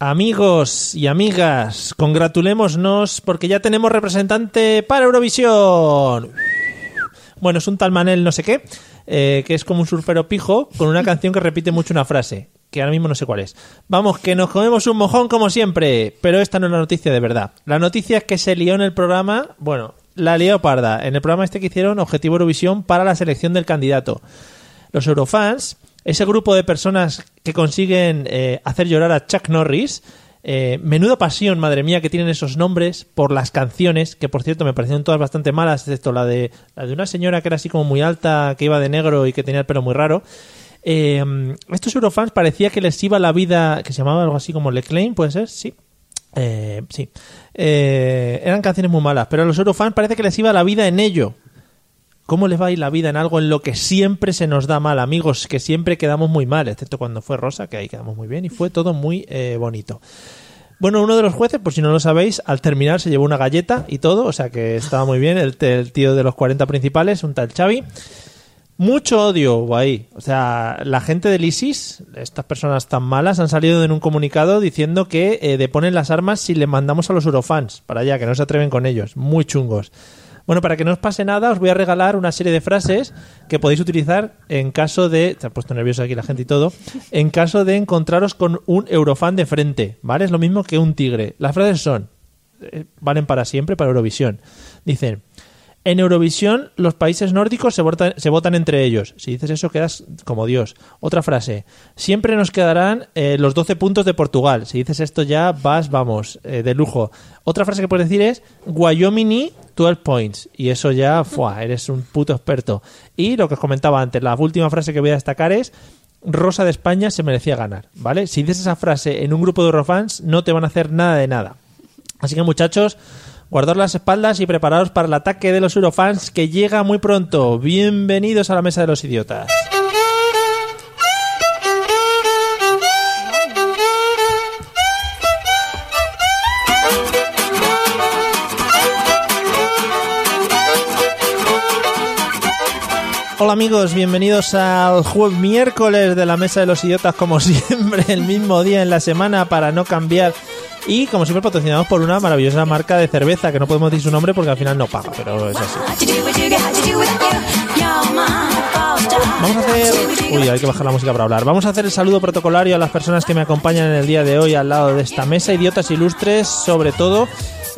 Amigos y amigas, congratulémonos porque ya tenemos representante para Eurovisión. Bueno, es un tal Manel no sé qué, eh, que es como un surfero pijo con una canción que repite mucho una frase, que ahora mismo no sé cuál es. Vamos, que nos comemos un mojón como siempre, pero esta no es la noticia de verdad. La noticia es que se lió en el programa, bueno, la lió parda, en el programa este que hicieron Objetivo Eurovisión para la selección del candidato. Los Eurofans ese grupo de personas que consiguen eh, hacer llorar a Chuck Norris. Eh, menuda pasión, madre mía, que tienen esos nombres por las canciones, que por cierto me parecieron todas bastante malas, excepto la de, la de una señora que era así como muy alta, que iba de negro y que tenía el pelo muy raro. Eh, estos Eurofans parecía que les iba la vida, que se llamaba algo así como Leclaim, ¿puede ser? Sí. Eh, sí. Eh, eran canciones muy malas, pero a los Eurofans parece que les iba la vida en ello, ¿Cómo les va a ir la vida en algo en lo que siempre se nos da mal, amigos? Que siempre quedamos muy mal, excepto cuando fue Rosa, que ahí quedamos muy bien y fue todo muy eh, bonito. Bueno, uno de los jueces, por si no lo sabéis, al terminar se llevó una galleta y todo, o sea que estaba muy bien el, el tío de los 40 principales, un tal Xavi. Mucho odio hubo ahí. O sea, la gente del ISIS, estas personas tan malas, han salido en un comunicado diciendo que eh, deponen las armas si les mandamos a los Eurofans para allá, que no se atreven con ellos. Muy chungos. Bueno, para que no os pase nada, os voy a regalar una serie de frases que podéis utilizar en caso de. Se ha puesto nervioso aquí la gente y todo. En caso de encontraros con un Eurofan de frente, ¿vale? Es lo mismo que un tigre. Las frases son. eh, Valen para siempre para Eurovisión. Dicen. En Eurovisión, los países nórdicos se votan, se votan entre ellos. Si dices eso, quedas como Dios. Otra frase. Siempre nos quedarán eh, los 12 puntos de Portugal. Si dices esto ya, vas, vamos, eh, de lujo. Otra frase que puedes decir es Wyoming 12 points. Y eso ya, fuá, eres un puto experto. Y lo que os comentaba antes, la última frase que voy a destacar es Rosa de España se merecía ganar, ¿vale? Si dices esa frase en un grupo de Eurofans, no te van a hacer nada de nada. Así que muchachos, guardad las espaldas y preparaos para el ataque de los Eurofans que llega muy pronto. Bienvenidos a la mesa de los idiotas. Hola amigos, bienvenidos al jueves miércoles de la Mesa de los Idiotas, como siempre, el mismo día en la semana para no cambiar. Y como siempre, patrocinados por una maravillosa marca de cerveza, que no podemos decir su nombre porque al final no paga, pero es así. How'd you do what you get? How'd you do without you? You're my fault. Vamos a hacer. Uy, hay que bajar la música para hablar. Vamos a hacer el saludo protocolario a las personas que me acompañan en el día de hoy al lado de esta mesa, idiotas ilustres, sobre todo.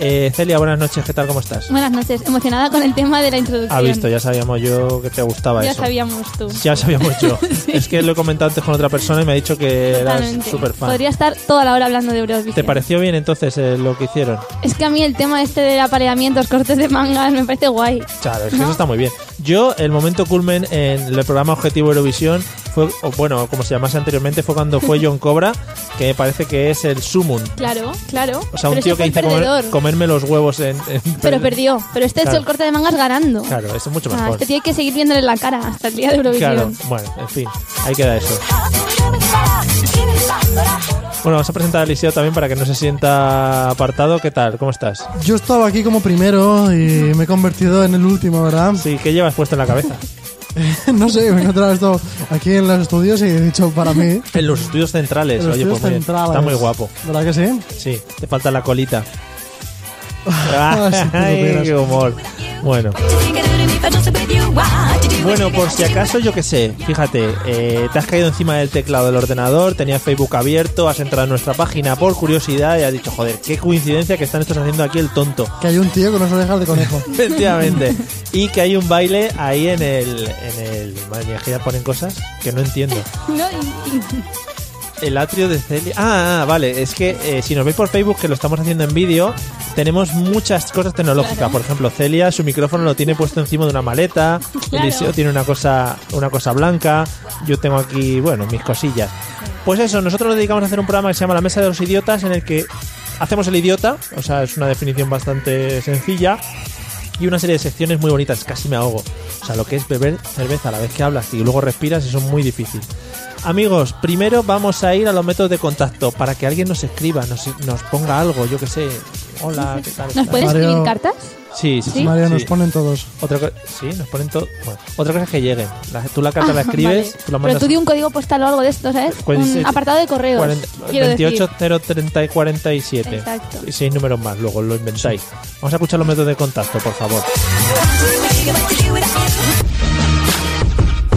Eh, Celia, buenas noches, ¿qué tal? ¿Cómo estás? Buenas noches, emocionada con el tema de la introducción. Ha visto, ya sabíamos yo que te gustaba Ya eso. sabíamos tú. Ya sabíamos yo. Es que lo he comentado antes con otra persona y me ha dicho que eras Totalmente. súper fan. Podría estar toda la hora hablando de Eurovisión. ¿Te pareció bien entonces eh, lo que hicieron? Es que a mí el tema este del apareamiento, los cortes de mangas, me parece guay. Claro, es que eso está muy bien. Yo, el momento culmen en el programa Objetivo Eurovisión fue, o bueno, como se llamase anteriormente, fue cuando fue John Cobra, que me parece que es el sumum. Claro, claro. O sea, un pero tío que este fue dice el perdedor. comer- comerme los huevos en... en- pero perdió. Pero este Claro. hecho el corte de mangas ganando. Claro, eso es mucho Ah, mejor. este tío hay que seguir viéndole la cara hasta el día de Eurovisión. Claro, bueno, en fin, ahí queda eso. Bueno, vamos a presentar a Eliseo también para que no se sienta apartado. ¿Qué tal? ¿Cómo estás? Yo estaba aquí como primero y me he convertido en el último, ¿verdad? Sí, ¿qué llevas puesto en la cabeza? no sé, me he encontrado esto aquí en los estudios y he dicho para mí. En los estudios centrales, en los oye, estudios pues muy bien. centrales. está muy guapo. ¿Verdad que sí? Sí, te falta la colita. si tú Ay, supieras. qué humor. Bueno. How'd you do to me? If I just with you, how'd you do what Bueno, you get? por si acaso, yo qué sé, fíjate, eh, te has caído encima del teclado del ordenador, tenías Facebook abierto, has entrado en nuestra página por curiosidad y has dicho, joder, qué coincidencia que están estos haciendo aquí el tonto. Que hay un tío con unas orejas de conejo. Efectivamente. Y que hay un baile ahí en el. En el madre mía, que ya ponen cosas que no entiendo. No, y- y- El atrio de Celia. Ah, ah, vale. Es que eh, si nos veis por Facebook, que lo estamos haciendo en vídeo, tenemos muchas cosas tecnológicas. Por ejemplo, Celia, su micrófono lo tiene puesto encima de una maleta. Claro. Eliseo tiene una cosa, una cosa blanca. Yo tengo aquí, bueno, mis cosillas. Pues eso, nosotros nos dedicamos a hacer un programa que se llama La Mesa de los Idiotas, en el que hacemos el idiota. O sea, es una definición bastante sencilla. Y una serie de secciones muy bonitas, casi me ahogo. O sea, lo que es beber cerveza a la vez que hablas y luego respiras, eso es muy difícil. Amigos, primero vamos a ir a los métodos de contacto para que alguien nos escriba, nos, nos ponga algo, yo que sé. Hola, ¿qué tal? ¿Nos estás? puedes escribir Mario- cartas? Sí, sí, sí. María, nos Sí. ponen todos. Otra, co- sí, nos ponen todo. bueno, otra cosa es que lleguen. La- tú la carta la escribes, Ah, Vale. tú la Pero mandas. tú di un código postal o algo de esto, ¿sabes? Pues un dice- apartado de correos. 40 quiero decir. 28030 y 47. Exacto. Y seis números más, luego lo inventáis. Vamos a escuchar los métodos de contacto, por favor.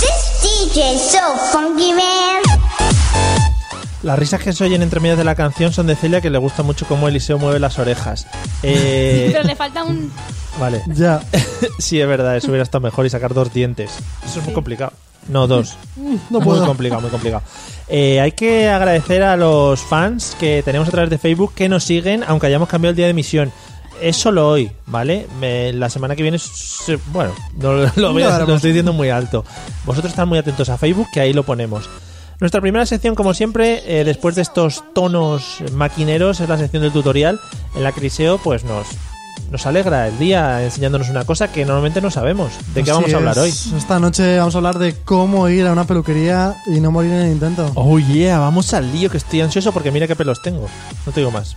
This DJ's so funky, man. Las risas que se oyen entre medias de la canción son de Celia, que le gusta mucho cómo Eliseo mueve las orejas. Eh, Pero le falta un... vale. Ya. Sí, es verdad, eso hubiera estado mejor y sacar dos dientes. Eso es muy complicado. No, dos. Mm, No Muy puedo. complicado, muy complicado. Eh, hay que agradecer a los fans que tenemos a través de Facebook que nos siguen, aunque hayamos cambiado el día de emisión. Es solo hoy, ¿vale? Me- la semana que viene, se- bueno, no lo, lo voy a- Lo haremos. lo estoy diciendo muy alto. Vosotros están muy atentos a Facebook, que ahí lo ponemos. Nuestra primera sección, como siempre, eh, después de estos tonos maquineros, es la sección del tutorial, en la que Eliseo, pues nos, nos alegra el día enseñándonos una cosa que normalmente no sabemos. ¿De qué Así vamos a hablar hoy? es. Esta noche vamos a hablar de cómo ir a una peluquería y no morir en el intento. Oh yeah, vamos al lío que estoy ansioso porque mira qué pelos tengo. No te digo más.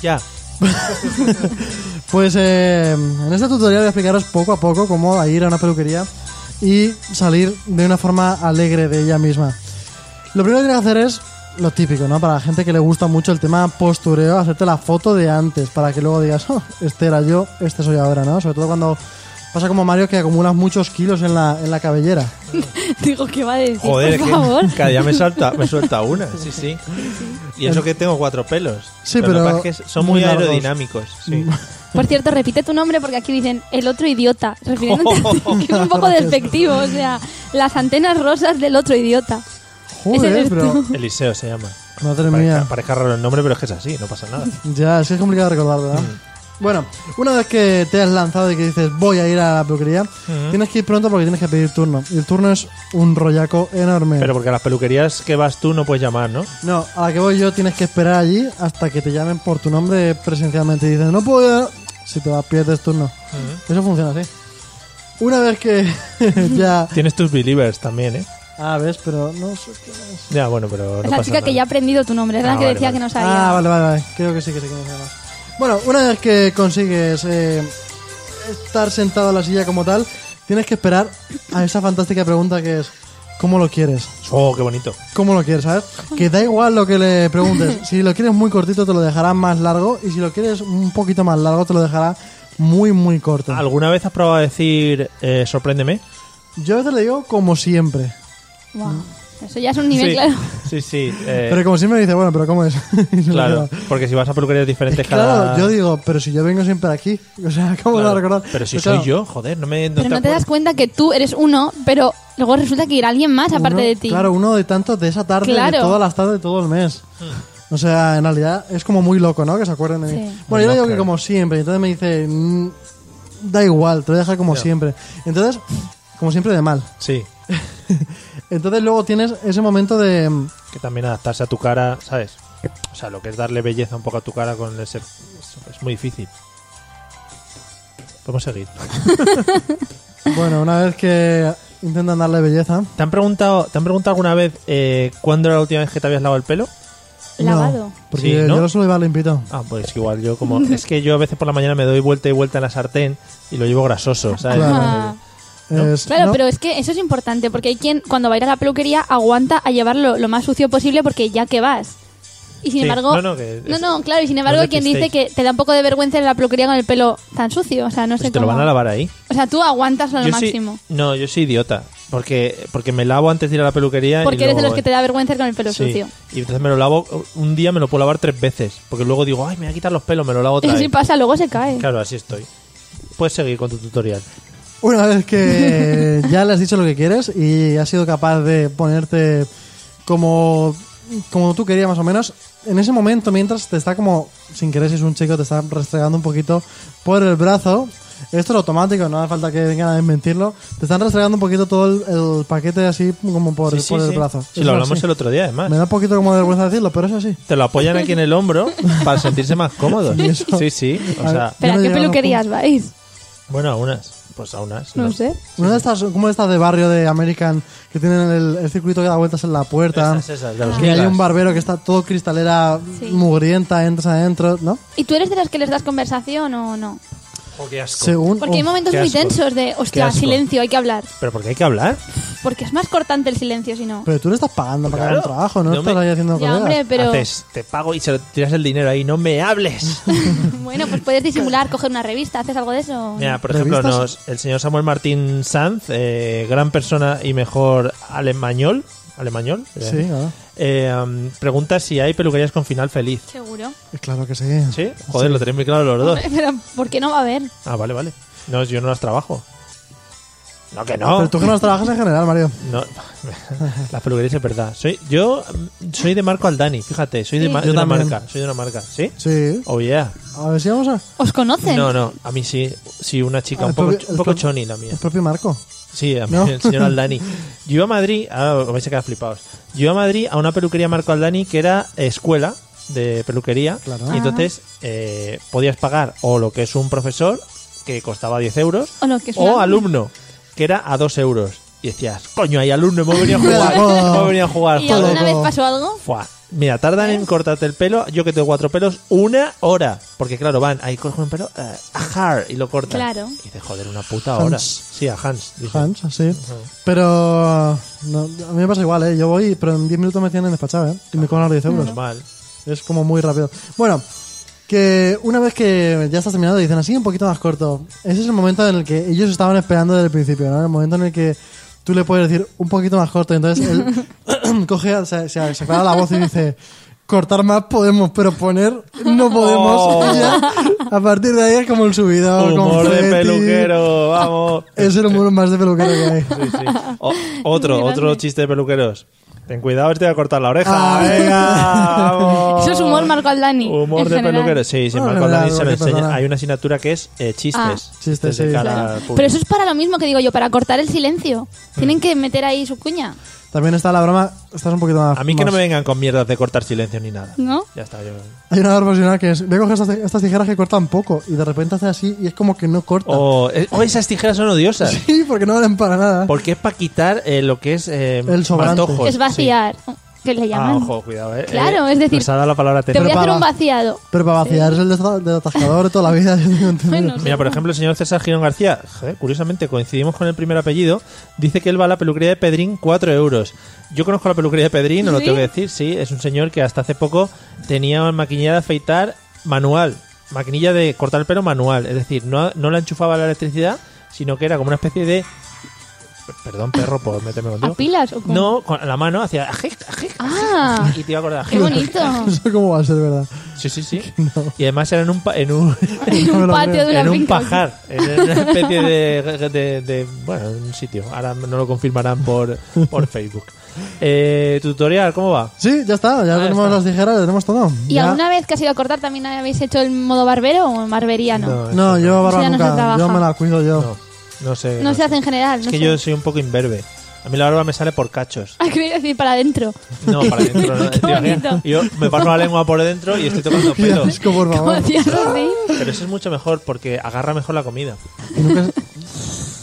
ya. Pues eh, en este tutorial voy a explicaros poco a poco cómo ir a una peluquería y salir de una forma alegre de ella misma. Lo primero que tienes que hacer es lo típico, ¿no? Para la gente que le gusta mucho el tema postureo, hacerte la foto de antes para que luego digas, "Oh, este era yo, este soy ahora, ¿no? Sobre todo cuando pasa como Mario que acumulas muchos kilos en la, en la cabellera. Digo, ¿qué va a decir? Joder, por que favor. cada día me salta, me suelta una. Sí, sí. Y eso que tengo cuatro pelos. Sí, lo que pero pasa es que son muy, muy largos. Mm. aerodinámicos. Sí. Por cierto, repite tu nombre porque aquí dicen el otro idiota, refiriéndote a Oh. ti, que es un poco despectivo, o sea, las antenas rosas del otro idiota. Ese Joder, eres pero... Eliseo se llama. Madre mía. Parece raro el nombre, pero es que es así, no pasa nada. Ya, es que es complicado recordar, ¿verdad? Bueno, una vez que te has lanzado y que dices voy a ir a la peluquería, tienes que ir pronto porque tienes que pedir turno. Y el turno es un rollaco enorme. Pero porque a las peluquerías que vas tú no puedes llamar, ¿no? No, a la que voy yo tienes que esperar allí hasta que te llamen por tu nombre presencialmente. Y dices, no puedo. ir". Si te vas, pierdes turno. Eso funciona así. Una vez que ya. Tienes tus believers también, ¿eh? Ah, ves, pero no sé qué es. Ya, bueno, pero no Es la pasa chica que nada. ya ha aprendido tu nombre, es la Ah, que vale, decía vale. que no sabía. Ah, vale, vale, vale. Creo que sí, que sí, que me suena más. Bueno, una vez que consigues eh, estar sentado en la silla como tal, tienes que esperar a esa fantástica pregunta que es, ¿cómo lo quieres? Oh, qué bonito. ¿Cómo lo quieres? ¿Sabes? Que da igual lo que le preguntes. Si lo quieres muy cortito, te lo dejará más largo. Y si lo quieres un poquito más largo, te lo dejará muy, muy corto. ¿Alguna vez has probado a decir eh, sorpréndeme? Yo a veces le digo como siempre. Eh. Guau, Eso ya es un nivel sí. claro. Sí, sí. eh, Pero como siempre me dice, bueno, pero ¿cómo es? Y se lo Claro, queda. porque si vas a peluquerías diferentes cada... Claro, yo digo, pero si yo vengo siempre aquí. O sea, ¿cómo Claro, lo va a recordar? Pero si Pues soy claro, yo, joder, no me... no Pero no te acuer- das cuenta que tú eres uno, pero luego resulta que irá alguien más aparte Uno- de ti. Claro, uno de tantos de esa tarde, Claro. de todas las tardes, de todo el mes. O sea, en realidad es como muy loco, ¿no? Que se acuerden de mí. Sí. Bueno, yo le digo que loco. eh. como siempre, y entonces me dice, "Mm, da igual, te voy a dejar como siempre. Entonces, como siempre de mal. Sí, Entonces luego tienes ese momento de... mm, que también adaptarse a tu cara, ¿sabes? O sea, lo que es darle belleza un poco a tu cara con ese... eso Es muy difícil. Podemos seguir. Bueno, una vez que intentan darle belleza. ¿Te han preguntado, ¿te han preguntado alguna vez eh, cuándo era la última vez que te habías lavado el pelo? Lavado. Porque Sí, ¿no? yo lo suelo llevar limpito. Ah, pues igual, yo como. es que yo a veces por la mañana me doy vuelta y vuelta en la sartén y lo llevo grasoso, ¿sabes? Ah. Claro. Es- Claro, no, pero es que eso es importante porque hay quien cuando va a ir a la peluquería aguanta a llevarlo lo más sucio posible porque ya que vas. Y sin Sí, embargo, no, no, que- no, no, claro, y sin embargo Los hay quien dice depistéis. que te da un poco de vergüenza ir a la peluquería con el pelo tan sucio, o sea, no Pues sé te lo cómo. van a lavar ahí. O sea, tú aguantas lo Yo soy- máximo. no, yo soy idiota. Porque, porque me lavo antes de ir a la peluquería. Ah, y Porque eres de luego- los que te da vergüenza ir con el pelo Sí. sucio. Y entonces me lo lavo. Un día me lo puedo lavar tres veces. Porque luego digo, ay, me voy a quitar los pelos, me lo lavo otra Eso vez. sí pasa, luego se cae. Claro, así estoy. Puedes seguir con tu tutorial. Una vez que ya le has dicho lo que quieres y has sido capaz de ponerte como, como tú querías más o menos, en ese momento mientras te está como, sin querer si es un chico, te está restregando un poquito por el brazo, esto es automático, no hace falta que vengan a desmentirlo, te están restregando un poquito todo el, el paquete así como por, Sí, sí, por el sí. brazo. Sí, Es lo hablamos así. el otro día, además. Me da un poquito como de vergüenza decirlo, pero es así. Te lo apoyan aquí en el hombro para sentirse más cómodos. ¿Y eso? Sí, sí. O A sea, ver. Pero ¿a qué Yo no llegaba a un peluquerías vais? bueno, a unas. Pues a unas. No sé. Una de estas, como estas de barrio de American, que tienen el, el circuito que da vueltas en la puerta. Esas, esas, de los Que hay ligas. un barbero que está todo cristalera, Sí. mugrienta, entras adentro, ¿no? ¿Y tú eres de las que les das conversación o no? Oh, qué asco. Según. Porque hay Uf, momentos qué muy asco. tensos de, Qué hostia, asco. silencio, hay que hablar. Pero porque hay que hablar. Porque es más cortante el silencio si no. Pero tú le estás pagando para que haga Claro. un trabajo, no, No estás me- ahí haciendo Ya, hombre, colegas. pero... Haces, te pago y se lo tiras el dinero ahí. No me hables. Bueno, pues puedes disimular, coger una revista, ¿haces algo de eso? Mira, por ejemplo, ¿Revistas? nos- el señor Samuel Martín Sanz, eh, gran persona y mejor alemañol. Alemañol. Sí, claro. Eh, um, pregunta si hay peluquerías con final feliz. Seguro. Claro que sí. ¿Sí? Joder, lo tenéis muy claro los dos. Pero ¿por qué no va a haber? Ah, vale, vale. No, yo no las trabajo. No, que no. Pero tú que no trabajas en general, Mario. No, las peluquerías es verdad. Soy, yo mm, soy de Marco Aldani, fíjate, soy de, Sí. ma- Yo de una también. marca. Soy de una marca, ¿sí? Sí. Oh yeah. A ver si vamos a. ¿Os conocen? No, no, a mí sí, sí, una chica, Ah, un el poco, propio- un el poco propio- choni la mía. El propio Marco. Sí, a mí, ¿No? el señor Aldani. Yo iba a Madrid, ahora os vais a quedar flipados. Yo iba a Madrid a una peluquería Marco Aldani que era escuela de peluquería. Claro. Y entonces eh, podías pagar o lo que es un profesor, que costaba 10 euros, O lo que es o una- alumno, que era a 2 euros. Y decías, coño, hay alumno, hemos venido a jugar. Claro. hemos venido a jugar. ¿Y joder". alguna vez ¿Eh? pasó algo? Fua. Mira, tardan en cortarte el pelo, yo que tengo cuatro pelos, una hora. Porque claro, van, ahí cogen un pelo, eh, ajar, y lo cortan. Claro. Y dices, joder, una puta Hans. hora. Sí, a Hans. dije. Hans, sí. Pero. no, a mí me pasa igual, ¿eh? Yo voy, pero en 10 minutos me tienen despachado, ¿eh? Y me cobran 10 euros. Normal. Es como muy rápido. Bueno, que una vez que ya estás terminado, dicen así un poquito más corto. Ese es el momento en el que ellos estaban esperando desde el principio, ¿no? El momento en el que tú le puedes decir un poquito más corto. Entonces él coge, se, se, se aclara la voz y dice. Cortar más podemos, pero poner no podemos. Oh. Y ya, a partir de ahí es como el subido. Humor confeti. de peluquero, vamos. Es Ah, el humor más de peluquero que hay. Sí, sí. O- otro, Muy otro grande. chiste de peluqueros. Ten cuidado, este te voy a cortar la oreja. Ah. Venga, vamos. Eso es humor Marco Aldani. Humor en de general. peluqueros. Sí, sí, Bueno, Marco en Aldani general, se lo cualquier enseña. persona. Hay una asignatura que es eh, chistes. Ah, chistes, de sí, cara claro. al público. Pero eso es para lo mismo que digo yo, para cortar el silencio. Tienen que meter ahí su cuña, También está la broma. Estás un poquito más. A mí que no más- me vengan con mierdas de cortar silencio ni nada. ¿no? Ya está, yo. Hay una profesional que es, voy a coger estas, estas tijeras que cortan poco y de repente hace así y es como que no corta. O, eh, o esas tijeras son odiosas. Sí, porque no valen para nada. Porque es para quitar eh, lo que es. eh, El sobrante. mantojos. es vaciar. Que le Sí. llaman. Ah, ojo, cuidado, eh. Claro, Eh, es decir, Nos ha dado la palabra Te voy a técnica. hacer Prepara. un vaciado. Pero para vaciar es el des- del atascador de toda la vida. yo tengo entendido. Bueno, sí. Mira, por ejemplo, el señor César Girón García, joder, curiosamente coincidimos con el primer apellido, dice que él va a la peluquería de Pedrín 4 euros. Yo conozco la peluquería de Pedrín, no lo ¿Sí? tengo que decir, sí, es un señor que hasta hace poco tenía maquinilla de afeitar manual, maquinilla de cortar el pelo manual, es decir, no, no la enchufaba la electricidad, sino que era como una especie de... Perdón, perro, por meterme ¿A contigo. pilas o cómo? No, con la mano hacía... ajic, ajic, Ah, Y te iba a acordar. qué bonito. Eso cómo va a ser, ¿verdad? Sí, sí, sí. Y además era en un... pa- En un En No me un lo patio creo. de una en un finca. pajar, en una especie de, de- de- bueno, un sitio. Ahora no lo confirmarán por, por Facebook. Eh, tutorial, ¿cómo va? Sí, ya está, ya Ah, ya tenemos está. las tijeras, ya tenemos todo. ¿Y Ya- alguna vez que has ido a cortar también habéis hecho el modo barbero o barberiano? No, No, yo barba Eso ya no se nunca, trabaja. yo me la cuido yo. no, no sé. no se sé. hace en general. Es no que sé. yo soy un poco imberbe. A mí la barba me sale por cachos. Ah, quería decir para adentro. No, para adentro. no. Qué Te imaginas, bonito. Yo me paso la lengua por dentro y estoy tocando Qué pelos. asco, por Como favor. hacías así. Pero eso es mucho mejor porque agarra mejor la comida. Y nunca-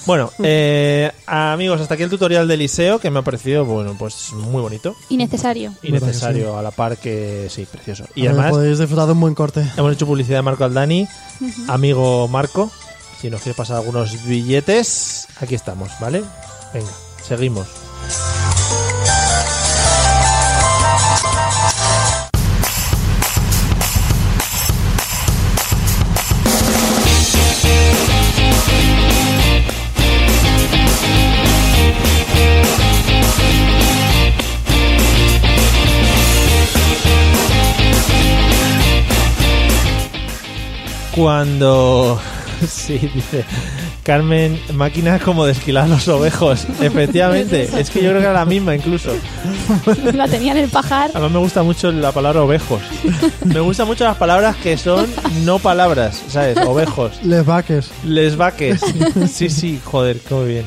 Bueno, eh, amigos, hasta aquí el tutorial del liceo que me ha parecido, bueno, pues muy bonito Innecesario. y Verdad que necesario a la par que sí, precioso. Y A ver, además podéis disfrutar de un buen corte. hemos hecho publicidad de Marco Aldani, amigo Marco. Si nos quieres pasar algunos billetes, aquí estamos, ¿vale? Venga, seguimos. Cuando. Sí, dice. Carmen, máquina como de esquilar los ovejos. Efectivamente, es que yo creo que era la misma incluso. La tenía en el pajar. Además me gusta mucho la palabra ovejos. Me gustan mucho las palabras que son no palabras, ¿sabes? Ovejos. Les vaques. Les vaques. Sí, sí, joder, qué muy bien.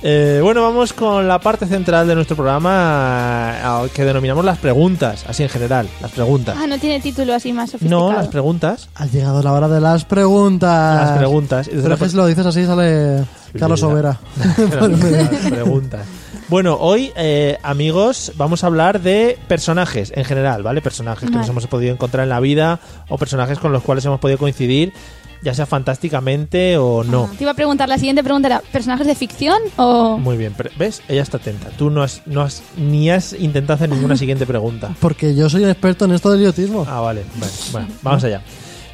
Eh, bueno, vamos con la parte central de nuestro programa eh, que denominamos las preguntas, así en general, las preguntas. Ah, no tiene título así más sofisticado. Ah, No, las preguntas. Ha llegado la hora de las preguntas. Las preguntas. Y desde Pero la es que si lo dices así sale Carlos Overa. Las preguntas. Bueno, hoy, eh, amigos, vamos a hablar de personajes en general, ¿vale? Personajes que Vale. nos hemos podido encontrar en la vida o personajes con los cuales hemos podido coincidir, ya sea fantásticamente o no. Ah, Te iba a preguntar, la siguiente pregunta era, ¿personajes de ficción o...? Muy bien, pero- ¿ves? Ella está atenta. Tú no has, no has ni has intentado hacer ninguna siguiente pregunta. Porque yo soy un experto en esto del idiotismo. Ah, vale, vale. Bueno, vamos allá.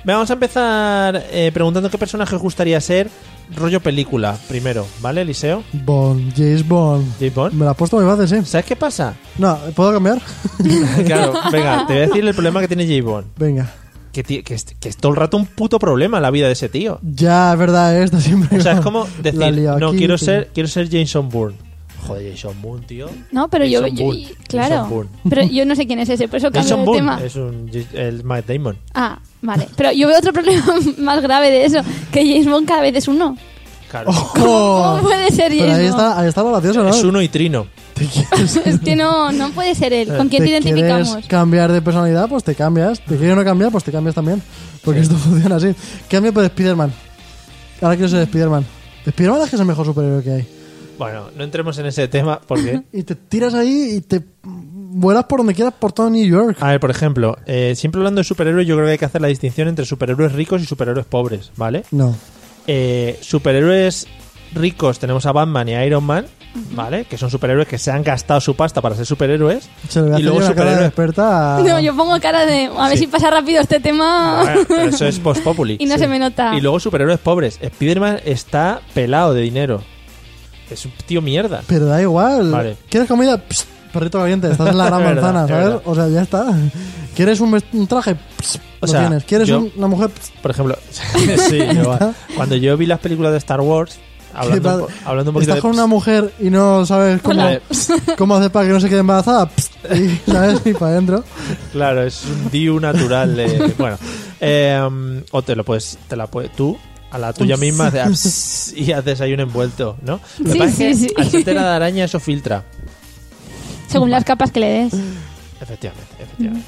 Vamos a empezar eh, preguntando qué personaje os gustaría ser rollo película primero, ¿vale, Eliseo? Bond, James Bond. James Bond. Me la ha puesto muy fácil, sí. ¿Sabes qué pasa? No, ¿puedo cambiar? claro, venga, te voy a decir el problema que tiene James Bond. Venga. que, ti- que es, que es todo el rato un puto problema la vida de ese tío. Ya, es verdad, esta siempre. O sea, es como la decir, he liado no, aquí, quiero tío. ser, quiero ser Jason Bourne. Joder, Jason Bourne, tío. No, pero yo... Jason yo- Bourne, y- Jason claro. Bourne. Pero yo no sé quién es ese, por eso cambio Jason de Bourne tema. es un, el Matt Damon. Ah, vale. Pero yo veo otro problema más grave de eso, que James Bond cada vez es uno. Claro. ¡Oh! ¿Cómo puede ser Pero ahí James Bond? está, ahí está lo gracioso, ¿no? Es uno y trino. Te quieres- Es que no, no puede ser él. ¿Con quién te, te identificamos? quieres cambiar de personalidad, pues te cambias. Te quieres no cambiar, pues te cambias también. Porque esto funciona así. Cambio por Spider-Man. Ahora quiero ser Spider-Man. Spider-Man es que es el mejor superhéroe que hay. Bueno, no entremos en ese tema porque... Y te tiras ahí y te vuelas por donde quieras, por todo New York. A ver, por ejemplo, eh, siempre hablando de superhéroes, yo creo que hay que hacer la distinción entre superhéroes ricos y superhéroes pobres, ¿vale? No. Eh, superhéroes ricos tenemos a Batman y a Iron Man, ¿vale? Que son superhéroes que se han gastado su pasta para ser superhéroes. Se le ve y luego una cara de superhéroes experta. a- No, yo pongo cara de... A ver Sí. si pasa rápido este Ah, tema. bueno, pero eso es post populi. Y no se me nota. Y luego superhéroes pobres. Spiderman está pelado de dinero. Es un tío mierda. Pero da igual. Vale. ¿Quieres comida? Psst, perrito caliente, estás en la gran Es verdad, manzana, es ¿sabes? verdad. O sea, ya está. ¿Quieres un, vest- un traje? Psst, O lo sea, tienes. ¿Quieres yo- un- una mujer? Psst, Por ejemplo, sí, yo- cuando yo vi las películas de Star Wars, hablando, qué un po- padre. hablando un poquito Estás de... con una mujer y no sabes cómo, Hola. cómo hacer para que no se quede embarazada. Psst, y, ¿Sabes? Y para adentro. Claro, es un diu natural. de- bueno, eh, o te lo puedes, te la puedes tú a la tuya misma haces "Aps", y haces ahí un envuelto, ¿no? Lo que Sí, pasa es que sí, sí. al ser tela de araña eso filtra. Según las capas que le des. Efectivamente, efectivamente. efectivamente.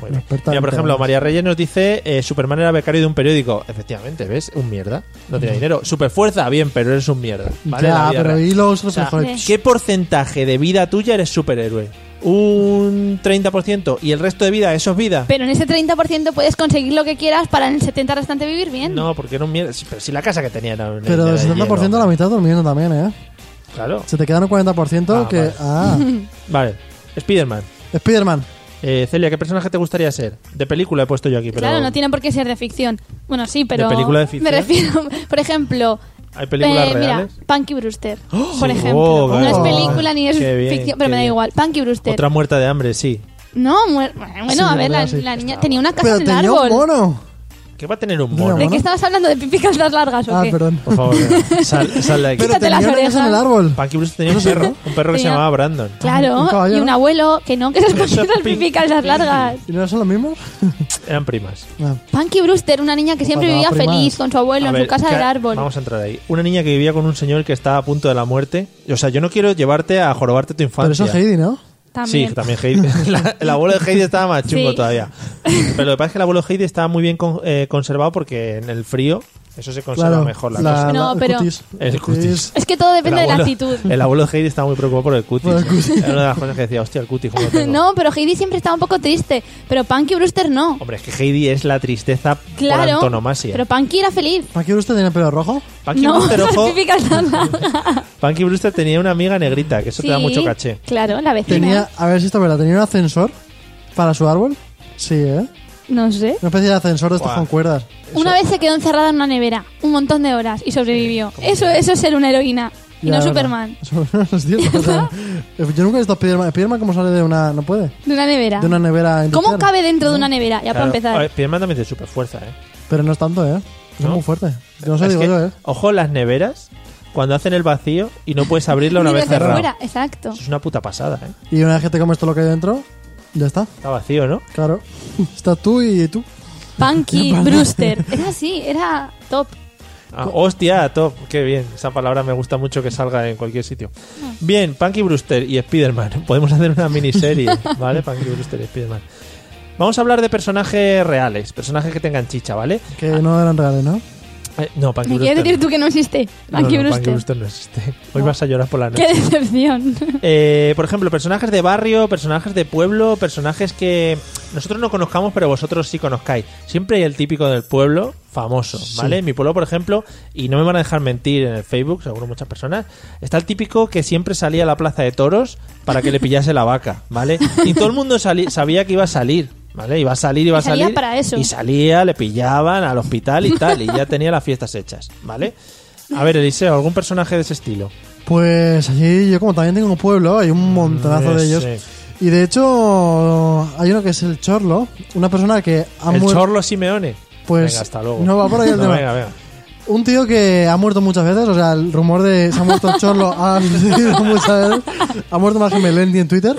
Muy La bien. experta Mira, en por ejemplo, temas. María Reyes nos dice eh, Superman era becario de un periódico. Efectivamente, ¿ves? Un mierda. No tiene dinero. Superfuerza, bien, pero eres un mierda. ¿vale? En la ya, vida pero real. y los O sea, superhéroes? ¿Qué porcentaje de vida tuya eres superhéroe? ¿Un 30%? ¿Y el resto de vida? ¿Eso es vida? Pero en ese 30% puedes conseguir lo que quieras para en el 70% restante vivir bien. No, porque era un mierda. Sí, Pero si la casa que tenía era un Pero del 70% a la mitad durmiendo también, ¿eh? Claro. Se te quedan un 40% Ah, que... vale. Ah, Vale. Spiderman. Spider-Man. Eh, Celia, ¿qué personaje te gustaría ser? De película he puesto yo aquí, pero... Claro, no tiene por qué ser de ficción. Bueno, sí, pero... ¿De película de ficción? Me refiero, por ejemplo... ¿Hay películas eh, reales? Mira, Punky Brewster, por Sí. ejemplo. Oh, no es claro. película ni es Qué bien, ficción, pero qué me da bien. igual. Punky Brewster. Otra muerta de hambre, sí. No, muer- bueno, Sí, a la ver, la, verdad, sí. la niña tenía una casa Pero en el tenía un árbol. mono. ¿Qué va a tener un Mira, mono? ¿De qué estabas hablando? ¿De pipi calzas largas o Ah, qué? perdón. Por favor, venga, sal, sal de aquí. Pero Quítate tenía las una casa en orejas. el árbol. Punky Brewster tenía un perro, un perro que se Tenía- llamaba Brandon. Claro, Un caballo, y un ¿no? abuelo que no, que se ponía es las pi- pipi calzas largas. ¿Y no son los mismos? Eran primas. Ah, Punky Brewster, una niña que siempre Ojalá, vivía prima. feliz con su abuelo A en ver, su casa que- del árbol. Vamos a entrar ahí. Una niña que vivía con un señor que estaba a punto de la muerte. O sea, yo no quiero llevarte a jorobarte tu pero eso infancia. es Heidi, ¿no? También. Sí, también Heidi. La- el abuelo de Heidi estaba más chungo Sí. todavía. Pero lo que pasa es que el abuelo de Heidi estaba muy bien con- eh, conservado porque en el frío Eso se conserva mejor la, cosa. No, el pero- cutis. El cutis. Es que todo depende de la actitud. El abuelo de Heidi estaba muy preocupado por el cutis. Por el cutis. Era una de las cosas que decía, hostia, el cutis. ¿cómo lo tengo? No, pero Heidi siempre estaba un poco triste. Pero Punky Brewster no. Hombre, es que Heidi es la tristeza por Claro. antonomasia. Pero Punky era feliz. ¿Para qué usted tiene el pelo rojo? Punky, no, Brewster, no ojo, significa nada. Punky Brewster tenía una amiga negrita, que eso te da Sí, mucho caché. Claro, la vecina. Tenía, a ver si esto es verdad, tenía un ascensor para su árbol. Sí, ¿eh? No sé. Una especie de ascensor de estos Buah. con cuerdas. Una vez se quedó encerrada en una nevera un montón de horas y sobrevivió. Eso, eso es ser una heroína. Y Ya, no ahora. Superman. Eso no es cierto. o sea, yo nunca he visto a Spiderman. ¿Spiderman cómo sale de una.? No puede. De una nevera. De una nevera. ¿Cómo industrial. cabe dentro de una nevera? Ya para Claro. A ver, empezar. Spiderman también tiene super fuerza, ¿eh? Pero no es tanto, ¿eh? Es ¿No? muy fuerte. Yo no sé, Es digo que, yo, ¿eh? Ojo, las neveras, cuando hacen el vacío y no puedes abrirla una Ni vez desde cerrada. fuera, exacto. Eso es una puta pasada, ¿eh? Y una vez que te comes todo lo que hay dentro, ya está. Está vacío, ¿no? Claro. Estás tú y tú. Punky Brewster. Era así, era top. Ah, hostia, top, qué bien. Esa palabra me gusta mucho que salga en cualquier sitio. Mm. Bien, Punky Brewster y Spiderman. Podemos hacer una miniserie, ¿vale? Punky Brewster y Spiderman. Vamos a hablar de personajes reales, personajes que tengan chicha, ¿vale? Que no eran reales, ¿no? Eh, no, Punky ¿Me Brewster. quieres decir tú que no existe? no, no, Punky Punky Brewster. Brewster no existe. Hoy vas a llorar por la Qué noche. decepción. Eh, por ejemplo, personajes de barrio, personajes de pueblo, personajes que nosotros no conozcamos, pero vosotros sí conozcáis. Siempre hay el típico del pueblo famoso, ¿vale? En mi pueblo, por ejemplo, y no me van a dejar mentir en el Facebook, seguro muchas personas, está el típico que siempre salía a la plaza de toros para que le pillase la vaca, ¿vale? Y todo el mundo sali- sabía que iba a salir. ¿Vale? Iba a salir, iba a Y salía salir. para eso. Y salía, le pillaban al hospital y tal. Y ya tenía las fiestas hechas. ¿Vale? A ver, Eliseo, ¿algún personaje de ese estilo? Pues allí yo como también tengo un pueblo, hay un montonazo Mm, de ellos. sí. Y de hecho hay uno que es el Chorlo, una persona que ha el muerto... Chorlo Simeone. Pues venga, hasta luego. no va por ahí el No, tema. venga, venga. Un tío que ha muerto muchas veces, o sea, el rumor de se ha muerto el Chorlo ha sucedido muchas veces. Ha muerto más que Melendi en Twitter.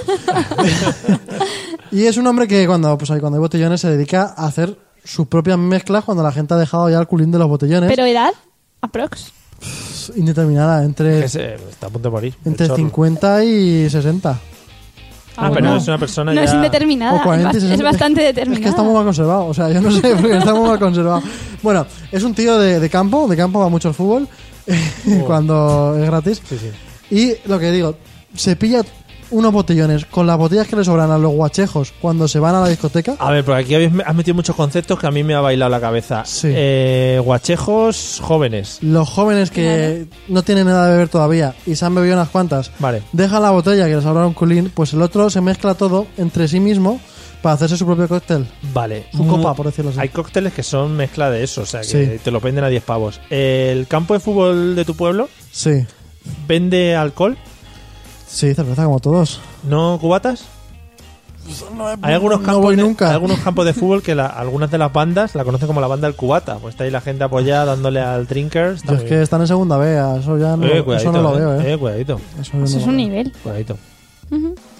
y es un hombre que cuando, pues, ahí, cuando hay botellones se dedica a hacer sus propias mezclas cuando la gente ha dejado ya el culín de los botellones. Pero edad, aprox. indeterminada, entre, Ese, está a punto de morir. el Eh, entre Chorlo. 50 y 60. Ah, pero es una persona No ya- es indeterminada, O 40 y es bast- 60. es bastante Es que determinada. está muy mal conservado, o sea, yo no sé, porque está muy mal conservado. Bueno, es un tío de, de campo, de campo va mucho al fútbol, cuando es gratis. Oh. Sí, sí. Y lo que digo, se pilla unos botellones con las botellas que le sobran a los guachejos cuando se van a la discoteca. A ver, por aquí habéis- has metido muchos conceptos que a mí me ha bailado la cabeza. Sí. Eh, guachejos jóvenes. Los jóvenes que no tienen nada de beber todavía y se han bebido unas cuantas, Vale. dejan la botella que les sobra un culín, pues el otro se mezcla todo entre sí mismo para hacerse su propio cóctel. Vale. Mm, Su copa, por decirlo así. Hay cócteles que son mezcla de eso, o sea, que Sí. te lo venden a 10 pavos. ¿El campo de fútbol de tu pueblo Sí, vende alcohol? sí, cerveza como todos. ¿No cubatas? Hay algunos no campos, voy de, nunca. hay algunos campos de fútbol que la- algunas de las bandas la conocen como la banda del cubata. Pues está ahí la gente apoyada dándole al drinker. está Yo es muy que bien. están en segunda B, a eso ya no, Eh, eso cuidadito, no lo eh, veo, ¿eh? eh, cuidadito, Eso, yo no Eso lo es veo. un nivel. cuidadito.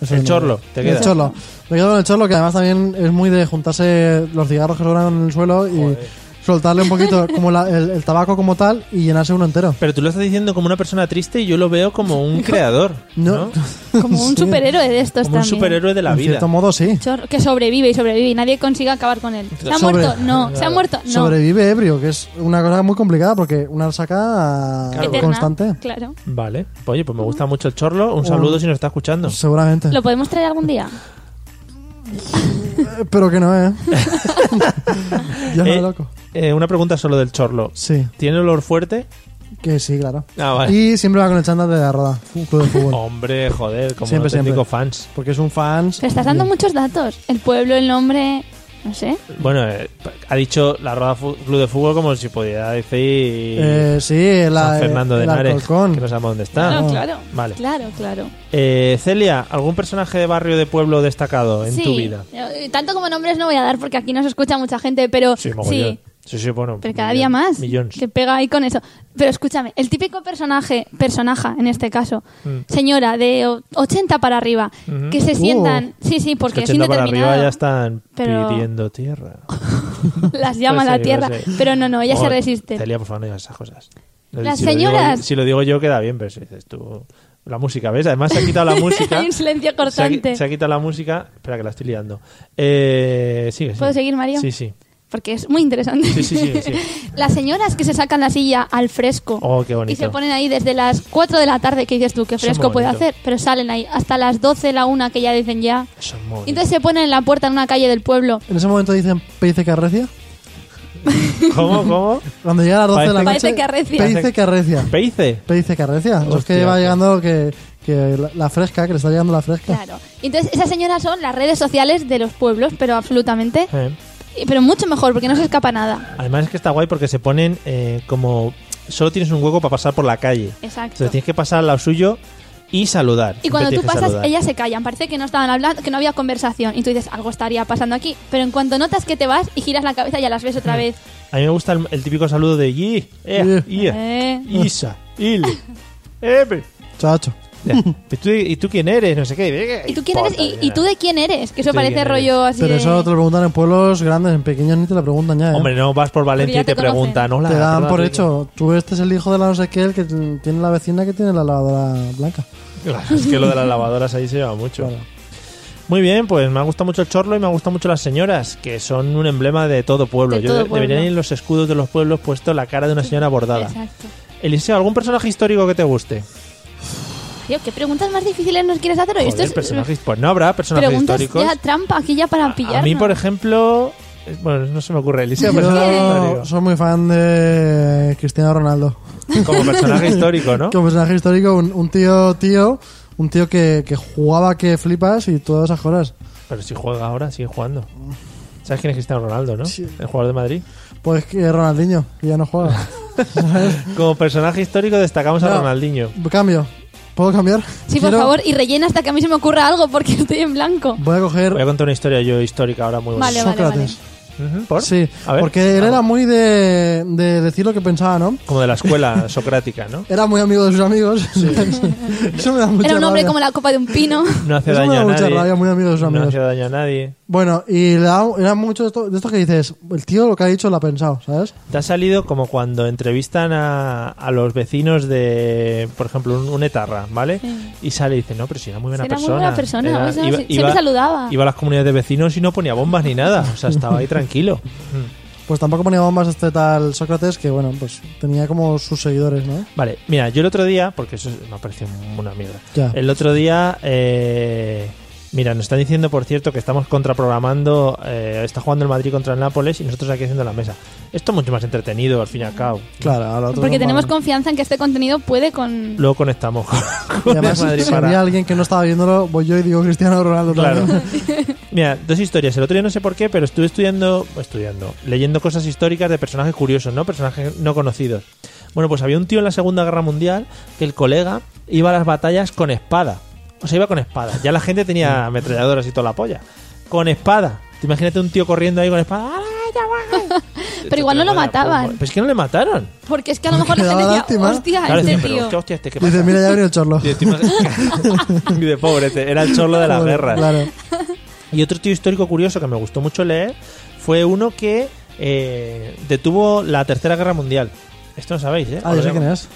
Eso yo El no chorlo, lo veo. te queda. El chorlo. Me quedo con el chorlo, que además también es muy de juntarse los cigarros que sobran en el suelo y Joder. soltarle un poquito como la- el, el tabaco como tal y llenarse uno entero. Pero tú lo estás diciendo como una persona triste y yo lo veo como un creador, ¿no? No. Como un Sí. superhéroe de estos Como un también. superhéroe de la en vida. cierto modo, sí. Chorro- que sobrevive y sobrevive y nadie consigue acabar con él. ¿Se ha Sobre- muerto? No. ¿Se ha muerto? No. Sobrevive ebrio, que es una cosa muy complicada porque una saca Eterna, constante. Claro. Vale. Oye, pues me gusta Mm. mucho el chorlo. Un saludo si nos está escuchando. Seguramente. ¿Lo podemos traer algún día? Eh, Pero que no, ¿eh? ya me Eh, loco. eh, una pregunta solo del chorlo. Sí, ¿Tiene olor fuerte? que sí, claro. Ah, vale. Oh. Y siempre va con el chándal de la roda, un club de fútbol. Hombre, joder, como Siempre, auténtico siempre. fans. Porque es un fan. Pero estás dando muchos datos. El pueblo, el nombre... No sé. Bueno, eh, ha dicho la Roda Fu- Club de Fútbol como si pudiera decir Eh, sí, la, San Fernando de el Henares, Alcorcón. que Ah, no sabemos dónde está. Claro, claro. Vale. Claro, claro. Eh, Celia, ¿algún personaje de barrio de pueblo destacado en sí. tu vida? Eh, Tanto como nombres no voy a dar porque aquí nos escucha mucha gente, pero Sí, sí. mogollón. Sí, sí, bueno. Pero cada millón- día más. Millones. Que pega ahí con eso. Pero escúchame, el típico personaje, personaja en este caso, Mm. señora de o- 80 para arriba, Mm-hmm. que se sientan. Sí, sí, porque es 80 para indeterminado. arriba ya están Pero- pidiendo tierra. Las llama Pues la sí, tierra. pues sí. Pero no, no, ella se Joder, resiste. Celia, por favor, no digas esas cosas. No, Las lo digo- señoras. si lo digo yo, queda bien, pero si dices tú. La música, ¿ves? Además se ha quitado la música. Hay un Se ha silencio qui- Se ha, cortante. quitado la música. Espera, que la estoy liando. Eh, sigue, sigue. ¿Puedo seguir, Mario? Sí, sí. porque es muy interesante. Sí, sí, sí, sí. las señoras que se sacan la silla al fresco Oh, qué bonito. y se ponen ahí desde las 4 de la tarde, que dices tú, qué Eso es muy fresco puede bonito. hacer, pero salen ahí hasta las 12, la 1, que ya dicen ya. Eso es muy Y entonces se ponen en la puerta en una calle del pueblo. En ese momento dicen peice que arrecia. bonito. ¿Cómo, cómo? Cuando llega a las 12 de la noche. Parece que arrecia. Peice que arrecia. ¿Peice? Peice que arrecia. Es Hostia. que va llegando que, que la, la fresca, que le está llegando la fresca. Claro. Y Entonces esas señoras son las redes sociales de los pueblos, pero absolutamente. Eh. y- Pero mucho mejor, porque no se escapa nada. Además es que está guay porque se ponen eh, como... Solo tienes un hueco para pasar por la calle. Exacto. Entonces tienes que pasar al lado suyo y saludar. Y Siempre cuando tú tienes que pasas, saludar. ellas se callan. Parece que no estaban hablando, que no había conversación. Y tú dices, algo estaría pasando aquí. Pero en cuanto notas que te vas y giras la cabeza, ya las ves otra vez. A mí me gusta el, el típico saludo de... Yi, eh, ia, Eh. Isa, Il, Ebe. Chacho. Ya. ¿Y tú, ¿Y tú quién eres? No sé qué. Venga, ¿Y tú quién eres? ¿Y, importa, y tú de quién eres? Que eso Sí, parece ¿quién eres? rollo así Pero de- eso te lo preguntan en pueblos grandes, en pequeños ni te lo preguntan ya. ¿eh? Hombre, no vas por Valencia ya y te, te conocen. preguntan. Hola, te dan hola, por Ricky. hecho. Tú este es el hijo de la no sé qué, el que t- tiene la vecina que tiene la lavadora blanca. Claro, es que lo de las lavadoras ahí se lleva mucho. Muy bien, pues me ha gustado mucho el chorlo y me ha gustado mucho las señoras, que son un emblema de todo pueblo. De Yo todo de- deberían pueblo. ir en los escudos de los pueblos puesto la cara de una señora bordada. Exacto. Eliseo, ¿algún personaje histórico que te guste? Tío, ¿qué preguntas más difíciles nos quieres hacer hoy? Joder, Esto es personajes- Pues no habrá personajes preguntas históricos. ya trampa aquí ya para pillar. a mí, por ejemplo... es- Bueno, no se me ocurre, Eliseo, personaje Yo histórico. soy muy fan de Cristiano Ronaldo. Como personaje histórico, ¿no? Como personaje pues histórico, un, un tío tío, un tío que, que jugaba que flipas y todas esas cosas. Pero si juega ahora, sigue jugando. ¿Sabes quién es Cristiano Ronaldo, no? Sí. El jugador de Madrid. Pues que Ronaldinho, que ya no juega. Como personaje histórico destacamos a No. Ronaldinho. Cambio. ¿Puedo cambiar? Sí, por Quiero- favor, y rellena hasta que a mí se me ocurra algo porque estoy en blanco. Voy a coger Voy a contar una historia yo histórica ahora muy buena. Vale, vale, vale. Sócrates. Ujú, ¿Por? Sí, A ver. porque él era muy de, de decir lo que pensaba, ¿no? Como de la escuela socrática, ¿no? Era muy amigo de sus amigos. Eso me da mucha Era un hombre rabia. como la copa de un pino. No hace Eso me daño da a mucha nadie. rabia, muy amigo de sus no amigos. hace daño a nadie. Bueno, y le da- era mucho de esto, de esto que dices, el tío lo que ha dicho lo ha pensado, ¿sabes? Te ha salido como cuando entrevistan a, a los vecinos de, por ejemplo, un, un etarra, ¿vale? Y sale y dice, no, pero si era muy buena Era muy persona. buena persona, o sea, si- siempre saludaba. Iba a las comunidades de vecinos y no ponía bombas ni nada. O sea, estaba ahí tranquilo. Mm. Pues tampoco ponía bombas este tal Sócrates que, bueno, pues tenía como sus seguidores, ¿no? Vale, mira, yo el otro día, porque eso me ha parecido una mierda. Ya. El otro día, eh, mira, nos están diciendo, por cierto, que estamos contraprogramando, eh, está jugando el Madrid contra el Nápoles y nosotros aquí haciendo la mesa. Esto es mucho más entretenido, al fin y Ah. al cabo. Claro, a lo otro Porque no tenemos vale. confianza en que este contenido puede con... Luego conectamos con, Y con el además, Madrid si para- había alguien que no estaba viéndolo, voy yo y digo Cristiano Ronaldo. Claro. también. Mira, dos historias. El otro día no sé por qué, pero estuve estudiando, estudiando, leyendo cosas históricas de personajes curiosos, ¿no? Personajes no conocidos. Bueno, pues había un tío en la Segunda Guerra Mundial que el colega iba a las batallas con espada. O sea, iba con espada. Ya la gente tenía ametralladoras y toda la polla. Con espada. Te imagínate un tío corriendo ahí con espada. ¡Ah, ya va! Pero igual no lo mataban. Pues es que no le mataron. Porque es que a lo mejor Me la gente daba decía, lástima. hostia, Claro, este decían, pero tío. hostia, hostia, este, ¿qué Dice, pasa? mira, ya ha venido el chorlo. Y encima- y de pobre, te- era el chorlo de las Joder, guerras. Claro. Ah, Y otro tío histórico curioso que me gustó mucho leer fue uno que eh, detuvo la Tercera Guerra Mundial. Esto no sabéis, ¿eh? Ah, yo sé quién es.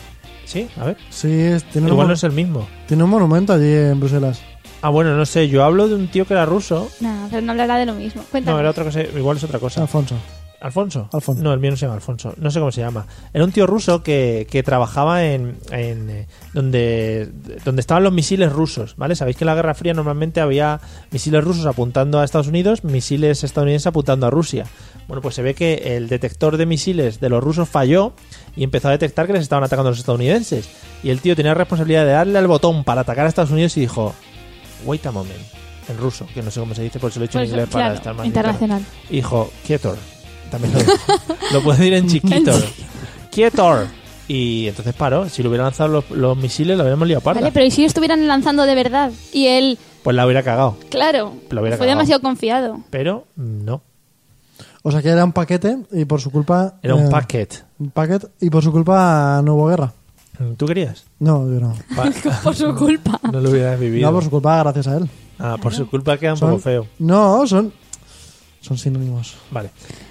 Sí, a ver. Sí, es- tiene, un, Igual no mon- es el mismo. tiene un monumento allí en Bruselas. Ah, bueno, no sé. Yo hablo de un tío que era ruso. Nah, pero no hablará de lo mismo. Cuéntame. No, era otra cosa. Igual es otra cosa. Alfonso. ¿Alfonso? Alfonso. No, el mío no se llama Alfonso. No sé cómo se llama. Era un tío ruso que, que trabajaba en, en, eh, donde, donde estaban los misiles rusos, ¿vale? Sabéis que en la Guerra Fría normalmente había misiles rusos apuntando a Estados Unidos, misiles estadounidenses apuntando a Rusia. Bueno, pues se ve que el detector de misiles de los rusos falló y empezó a detectar que les estaban atacando los estadounidenses. Y el tío tenía la responsabilidad de darle al botón para atacar a Estados Unidos y dijo, wait a moment, en ruso, que no sé cómo se dice, por eso lo he hecho Por en eso, inglés para Pues, claro, estar más internacional. Hijo, quietor. También lo, lo puedo decir en chiquito. quietor. Y entonces paró. Si le hubieran lanzado los, los misiles, lo habríamos liado parda. Vale, pero ¿y si estuvieran lanzando de verdad? Y él, Pues la hubiera cagado. claro, Lo fue hubiera cagado. demasiado confiado. Pero no. O sea que era un paquete y por su culpa. Era un eh, packet. Un paquete y por su culpa no hubo guerra. ¿Tú querías? No, yo no. Pa- Por su culpa. no lo hubieras vivido. No, por su culpa, gracias a él. Ah, por su culpa queda un Son- poco feo. No, son. Son sinónimos. Vale.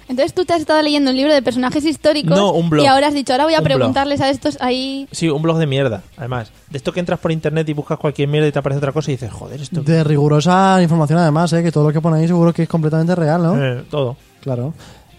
Entonces tú te has estado leyendo un libro de personajes históricos No, un blog. y ahora has dicho, ahora voy a Un blog. preguntarles a estos ahí... Sí, un blog de mierda. Además, de esto que entras por internet y buscas cualquier mierda y te aparece otra cosa y dices, joder, esto. De rigurosa información, además, ¿eh? que todo lo que pone ahí seguro que es completamente real, ¿no? Eh, todo. Claro.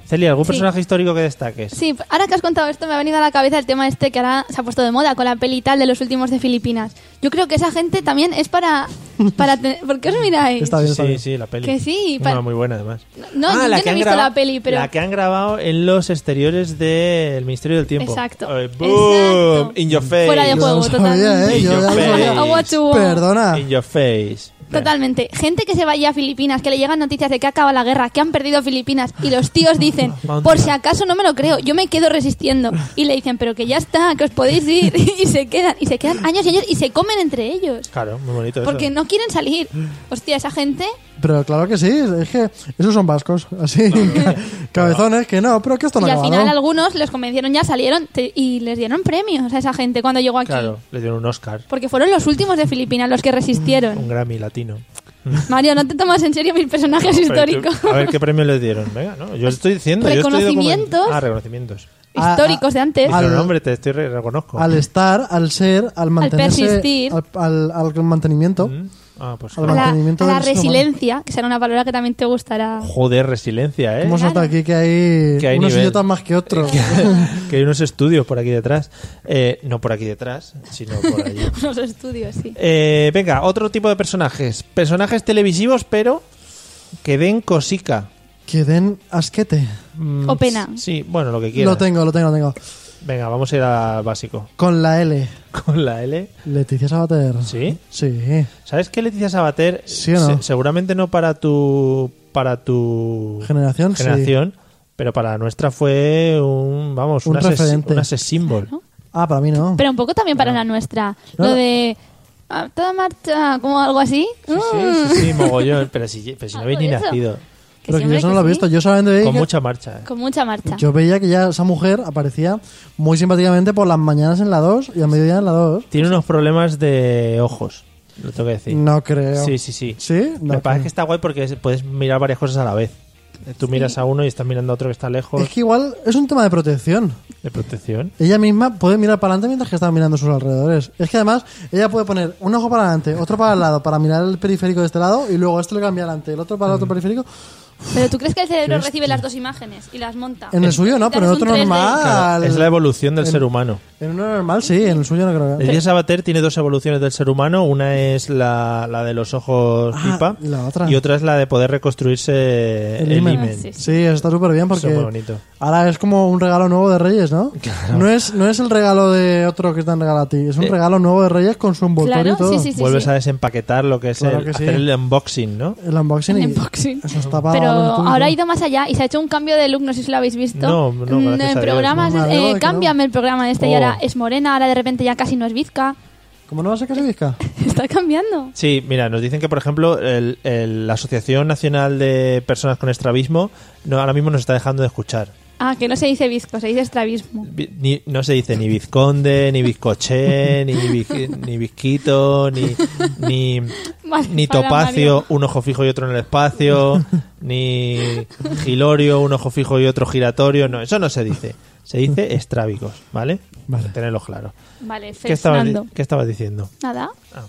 Celia, ¿algún Sí. personaje histórico que destaques? Sí, ahora que has contado esto me ha venido a la cabeza el tema este que ahora se ha puesto de moda con la peli y tal de los últimos de Filipinas. Yo creo que esa gente también es para... para ten- ¿Por qué os miráis? Está bien, está sí, bien. sí, la peli. Que sí, Una pa- muy buena, además. No, yo no he Ah, han visto grabado- la peli, pero... La que han grabado en los exteriores del Ministerio del Tiempo. Exacto. Eh, boom, Exacto. In your face. Fuera de Yo no juego, lo totalmente. sabía, ¿eh? Yo In ya- your face. I want to- Perdona. In your face. Totalmente. Gente que se vaya a Filipinas, que le llegan noticias de que acaba la guerra, que han perdido Filipinas, y los tíos dicen, por si acaso no me lo creo, yo me quedo resistiendo. Y le dicen, pero que ya está, que os podéis ir. Y se quedan, y se quedan años y años, y se comen entre ellos. Claro, muy bonito eso. Porque no quieren salir. Hostia, esa gente... Pero claro que sí, es que esos son vascos, así, cabezones, que no, pero que esto no Y ha al acabado. final algunos los convencieron, ya salieron te- y les dieron premios a esa gente cuando llegó aquí. Claro, le dieron un Oscar. Porque fueron los últimos de Filipinas los que Un resistieron. Grammy latino. Mm, Mario, no te tomas en serio mis personajes históricos. A ver qué premio les dieron. Venga, no, yo estoy diciendo. yo estoy document- Reconocimientos. ah, reconocimientos. Ah, históricos de antes. Dice, Al- no, hombre, te estoy re- reconozco. Al estar, al ser, al mantenerse... persistir. Al, al- al mantenimiento. Mm. Ah, pues Al a la, mantenimiento a la del ser humano. resiliencia, que será una palabra que también te gustará. Joder, resiliencia, ¿eh? Hemos Claro. notado aquí que hay, Que hay unos nivel. idiotas más que otros. que hay unos estudios por aquí detrás. Eh, no por aquí detrás, sino por allí. Los estudios, sí. Eh, venga, otro tipo de personajes. Personajes televisivos, pero que den cosica. que den asquete. Mm, O pena. Sí, bueno, lo que quieras. Lo tengo, lo tengo, lo tengo. Venga, vamos a ir al básico. Con la L. Con la L. Leticia Sabater. ¿Sí? Sí. ¿Sabes qué, Leticia Sabater? ¿Sí o no? Se- seguramente no para tu para tu Generación, sí. generación, pero para la nuestra fue un vamos Un una sex- referente. una sex symbol. Ah, para mí no. Pero un poco también para la nuestra. No. Lo de... ah, Toda marcha, como algo así. Sí, sí, sí, sí, mogollón. Pero si, pero si no habéis ni Ah, por eso. nacido. Pero que siempre yo eso que no lo sí. he visto. Yo solamente veía Con que- mucha marcha. ¿eh? Con mucha marcha. Yo veía que ya esa mujer aparecía muy simpáticamente por las mañanas en la 2 y a mediodía en la 2. Tiene unos problemas de ojos, lo tengo que decir. No creo. Sí, sí, sí. ¿Sí? No Me parece creo. que está guay porque es- puedes mirar varias cosas a la vez. Eh, Tú miras a uno y estás mirando a otro que está lejos Es que igual es un tema de protección. de protección. Ella misma puede mirar para adelante mientras que está mirando sus alrededores. Es que además ella puede poner un ojo para adelante, otro para el lado, para mirar el periférico de este lado y luego este lo cambia adelante, el otro para el Mm. otro periférico. Pero tú crees que el cerebro recibe las dos imágenes y las monta. En el suyo no, Necesitas pero en un otro 3D. normal. Claro, es la evolución del en- ser humano. En uno normal sí, en el suyo no creo. El día Sabater tiene dos evoluciones del ser humano. Una es la, la de los ojos Ah, pipa y la otra. y otra es la de poder reconstruirse el, El imen. imen. Sí. Sí, eso está súper bien porque Eso es muy bonito. ahora es como un regalo nuevo de Reyes, ¿no? No es no es el regalo de otro que te han regalado a ti, es un Eh. regalo nuevo de Reyes con su envoltorio Claro, y todo. sí, sí, sí. Vuelves sí. a desempaquetar lo que es Claro el, que sí. hacer el unboxing, ¿no? El unboxing. El y- unboxing. Eso está para Pero darle un ahora ha tubo. ido más allá y se ha hecho un cambio de look, no sé si lo habéis visto. No, no, Mm, gracias a el Dios, programa no. es- Me alegro eh, de que cámbiame el programa este y Oh. ahora es morena, ahora de repente ya casi no es bizca. ¿Cómo no vas a casa Vizca? Está cambiando. Sí, mira, nos dicen que, por ejemplo, el- el- la Asociación Nacional de Personas con Estrabismo no, ahora mismo nos está dejando de escuchar. Ah, que no se dice bizco, se dice estrabismo. Vi- ni- no se dice ni vizconde, ni bizcoché, ni, biz- ni bizquito, ni, ni, Vale, ni para topacio, Mario. un ojo fijo y otro en el espacio, ni gilorio, un ojo fijo y otro giratorio. No, eso no se dice. Se dice estrábicos, ¿vale? Vale. Tenerlo claro. Vale, ¿Qué estabas, di- Fernando. qué estabas diciendo? Nada. Ah,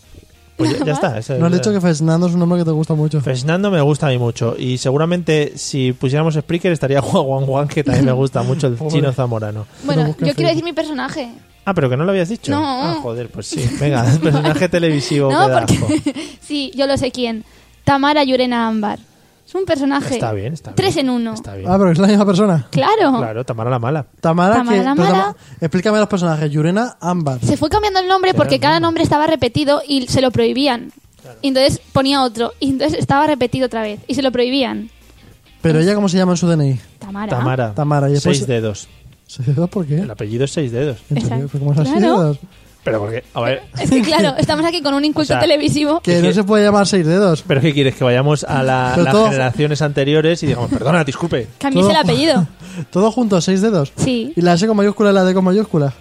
pues ya, ya está. esa No has es- dicho que Fernando es un nombre que te gusta mucho. Fernando me gusta a mí mucho y seguramente si pusiéramos Spreaker estaría Juan Juan Juan que también me gusta mucho el chino zamorano. Pero Bueno, busca yo quiero Facebook. decir mi personaje. Ah, pero que no lo habías dicho. No. Ah, joder, pues sí. Venga, personaje televisivo No, pedazo. porque sí, yo lo sé quién. Tamara Yurena Ámbar. Es un personaje. Está bien, está bien. Tres en uno. Está bien. Ah, pero es la misma persona. Claro. Claro, Tamara la mala. Tamara, Tamara que, la pero mala. Tama- explícame los personajes. Yurena, Ámbar. Se fue cambiando el nombre porque cada nombre estaba repetido y se lo prohibían. Y entonces ponía otro. Y entonces estaba repetido otra vez. Y se lo prohibían. Pero ella, ¿cómo se llama en su DNI? Tamara. Tamara. Tamara, y después- Seis dedos. ¿Se dio por qué? El apellido es seis dedos. ¿En serio? Exacto. ¿Pero ¿Cómo se ha Claro. sido? Pero porque, a ver, Es que claro, estamos aquí con un inculto O sea, televisivo. Que no que- se puede llamar seis dedos. ¿pero qué quieres? Que vayamos a la- Pero las todo- generaciones anteriores y digamos, perdona, disculpe. Cambies el apellido. Todo junto, seis dedos. Sí. Y la S con mayúscula y la D con mayúscula.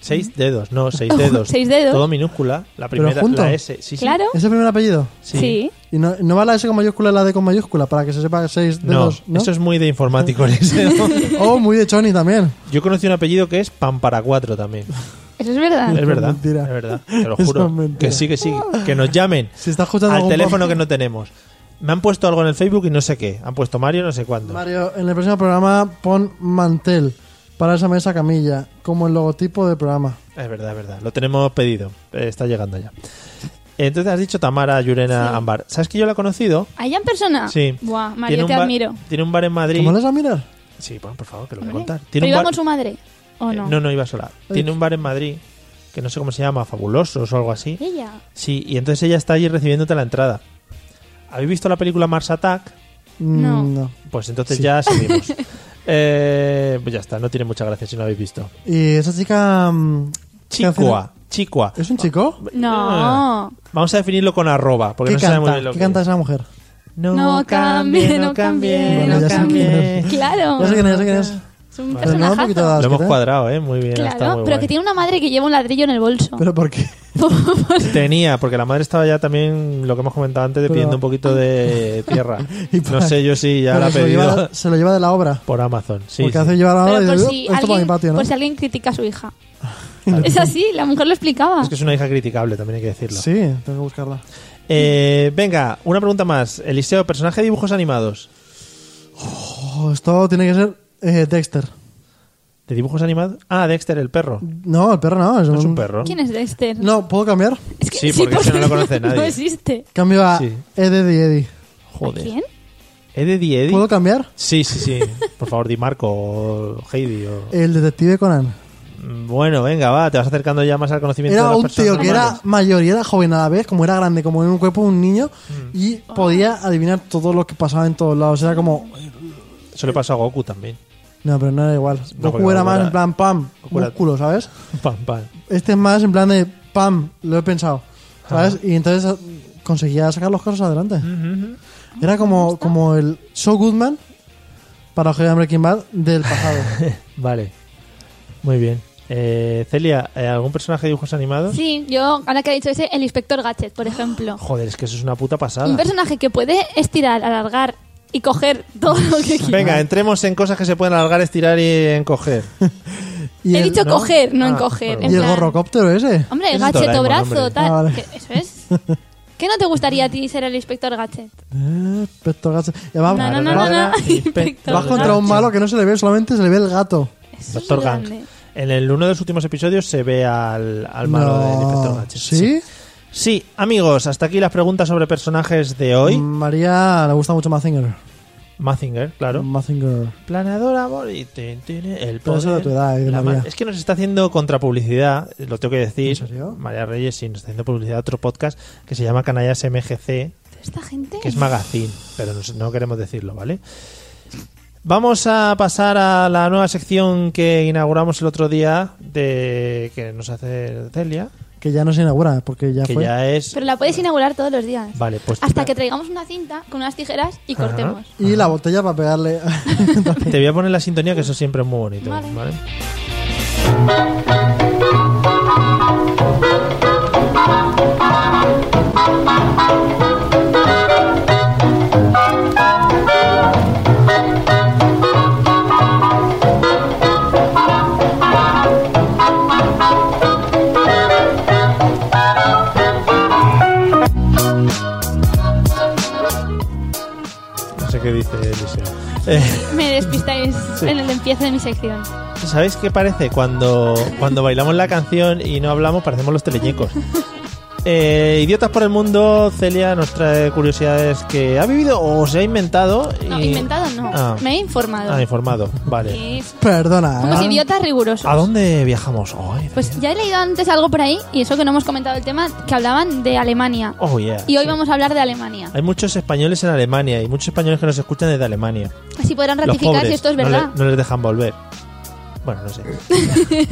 Seis dedos, no, seis dedos. Seis dedos. Todo minúscula. La Pero primera, junto. la S. Sí, sí. Claro. ¿Ese primer apellido? Sí. Y no, no va la S con mayúscula y la D con mayúscula para que se sepa que seis No, dedos. No, eso es muy de informático. ese, ¿no? Oh, muy de Choni también. Yo conocí un apellido que es Pamparacuatro también. Eso es verdad. Es verdad, mentira. es verdad, te lo Eso juro. es mentira. que sí, que sí, que nos llamen Si está escuchando al algún teléfono podcast. que no tenemos. Me han puesto algo en el Facebook y no sé qué. Han puesto Mario no sé cuándo. Mario, en el próximo programa pon mantel para esa mesa camilla, como el logotipo del programa. Es verdad, es verdad. Lo tenemos pedido. Eh, Está llegando ya. Entonces has dicho Tamara Yurena Ambar. ¿Sabes que yo la he conocido? ¿Allá en persona? Sí. Ah, Buah, Tiene Mario, un te bar- admiro. Tiene un bar en Madrid. ¿Cómo les va a mirar? Sí, bueno, por favor, que lo voy a Hombre. contar. ¿Pero Tiene un iba bar- con su madre? ¿O Eh, no? no, iba sola. Tiene un bar en Madrid que no sé cómo se llama, Fabulosos o algo así. Ella. Sí, y entonces ella está allí recibiéndote la entrada. ¿Habéis visto la película Mars Attack? Mm, No. Pues entonces ya seguimos. Eh, pues ya está, no tiene mucha gracia si no lo habéis visto. Y esa chica. mm, ¿qué hace? Chicua, Chicua. ¿Es un chico? No. Vamos a definirlo con arroba, porque ¿Qué no sabemos canta? bien lo ¿Qué que canta es. esa mujer? No cambie, no cambie, no Bueno, ya sé cambie. quién es. Claro. Ya sé quién es, ya sé quién es. Es un Pero no, un personajazo. poquito de Lo asco, hemos ¿eh? cuadrado, ¿eh? Muy bien. está Claro, muy pero guay. que tiene una madre que lleva un ladrillo en el bolso. ¿Pero por qué? Tenía, porque la madre estaba ya también, lo que hemos comentado antes, de Pero- pidiendo un poquito de tierra. Y No para- sé yo si ya Pero la ha se, lo pedido lleva, se lo lleva de la obra. por Amazon. Sí, porque sí. hace llevar la obra Pero y por dice, si esto para mi alguien- patio, ¿no? por si alguien critica a su hija. Claro. Es así, la mujer lo explicaba. Es que es una hija criticable, también hay que decirlo. Sí, tengo que buscarla. Eh, venga, una pregunta más. Eliseo, personaje de dibujos animados. Oh, esto tiene que ser eh, Dexter. ¿De dibujos animados? Ah, Dexter, el perro. No, el perro no. Es, No es un perro. ¿Quién es este? Dexter? No, ¿puedo cambiar? Es que- Sí, porque ese no lo conoce nadie. No existe. Cambio a Sí. Eddie y Eddie. Joder. ¿Quién? ¿Eddie Eddie? ¿Puedo cambiar? Sí, sí, sí. Por favor, di Marco o Heidi. O... Mm, El detective Conan. Bueno, venga, va, te vas acercando ya más al conocimiento de Era las un personas tío que era normales. mayor y era joven a la vez, como era grande, como en un cuerpo de un niño, Mm. y podía adivinar todo lo que pasaba en todos lados. Era como. Eso le pasó a Goku también. No, pero no era igual. No, porque Goku era Goku más era- en plan, pam, Goku era- músculo, ¿sabes? Pam, pam. Este es más en plan de, pam, lo he pensado, Ah. ¿sabes? Y entonces eh, conseguía sacar los cosas adelante. Era como, como el Show Goodman para Ojeda de Breaking Bad del pasado. Vale. Muy bien. Eh, Celia, ¿eh, ¿algún personaje de dibujos animados? Sí, yo, ahora que ha dicho ese, el inspector Gadget, por ejemplo. Joder, es que eso es una puta pasada. Un personaje que puede estirar, alargar y coger todo lo que quiera. Venga, entremos en cosas que se pueden alargar, estirar y encoger. y He el, dicho ¿no? coger, no Ah, encoger. bueno. en y el plan- gorrocóptero ese. Hombre, Ese es Gadget o Doraemon, brazo, hombre. tal. Ah, vale. que Eso es. ¿Qué no te gustaría a ti ser el inspector Gadget? Eh, Inspector Gadget. Y va- No, no, no, va- no, no. Inspector Vas contra un malo que no se le ve, solamente se le ve el gato. Eso es Doctor grande. Gang. En el uno de los últimos episodios se ve al, al malo No. del Inspector Gadget. ¿Sí? Sí, amigos, hasta aquí las preguntas sobre personajes de hoy. Mm. María le gusta mucho Mazinger. Mazinger, claro. Mazinger. Planadora, amor, y tin, tin, el Mm. Pero poder. eso de tu edad, eh, de la María. ma- Es que nos está haciendo contrapublicidad, lo tengo que decir. ¿En serio? María Reyes, sí, nos está haciendo publicidad a otro podcast que se llama Canallas MGC, Pero esta gente. que es magazine, pero no, no queremos decirlo, ¿vale? Vamos a pasar a la nueva sección que inauguramos el otro día de que nos hace Celia, Que ya no se inaugura, porque ya que fue. ya es Pero la puedes inaugurar todos los días. Vale, pues Hasta que traigamos una cinta con unas tijeras y cortemos. Y la botella para pegarle. te voy a poner la sintonía que eso siempre es muy bonito, Vale. ¿vale? No sé qué dice Eliseo. Eh, Me despistáis Sí. en el empiezo de mi sección. ¿Sabéis qué parece? Cuando, cuando bailamos la canción y no hablamos, parecemos los teleñecos. Eh, Idiotas por el mundo, Celia nos trae curiosidades que ha vivido o se ha inventado. y- No, inventado Eh, no. Ah. Me he informado. Ah, informado, vale. Que es- Perdona. Somos ¿eh? idiotas rigurosos. ¿A dónde viajamos hoy? Pues ya he leído antes algo por ahí, y eso que no hemos comentado el tema, que hablaban de Alemania. Oh, yeah. Y hoy Sí. vamos a hablar de Alemania. Hay muchos españoles en Alemania y muchos españoles que nos escuchan desde Alemania. Así podrán Los ratificar pobres si esto es no le- verdad. No, les dejan volver. Bueno, no sé.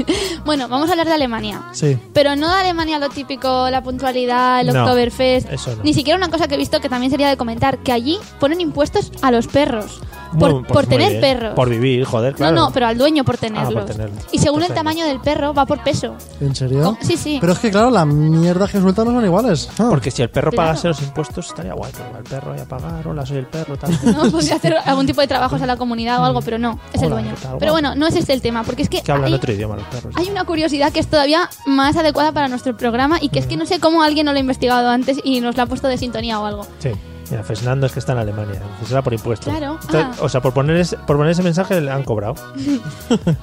Bueno, vamos a hablar de Alemania. Sí. Pero no de Alemania lo típico, la puntualidad, el No, Oktoberfest. eso no. Ni siquiera una cosa que he visto que también sería de comentar, que allí ponen impuestos a los perros. Por, Bueno, pues por muy tener bien. perros. Por vivir, joder, claro. Ah, No, no, pero al dueño por tenerlos. tenerlos. Y según el Perfecto. tamaño del perro, va por peso. ¿En serio? Co- Sí, sí. Pero es que, claro, las mierdas que sueltan no son iguales. Ah. Porque si el perro Claro. pagase los impuestos, estaría guay. pero va El perro ahí a pagar, hola, soy el perro, tal. No, podría hacer algún tipo de trabajos a la comunidad o algo, pero no, es el Mm. Hola, dueño. ¿qué tal? Pero bueno, no es este el tema, porque es que, Es que hablan hay, otro idioma los perros. hay una curiosidad que es todavía más Mm. adecuada para nuestro programa y que es que no sé cómo alguien no lo ha investigado antes y nos la ha puesto de sintonía o algo. Sí. Mira, Fernando es que está en Alemania. Será por impuestos. Claro. Entonces, Ah. O sea, por poner, ese, por poner ese mensaje le han cobrado.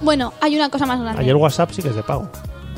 Bueno, hay una cosa más grande. Ayer WhatsApp sí que es de pago.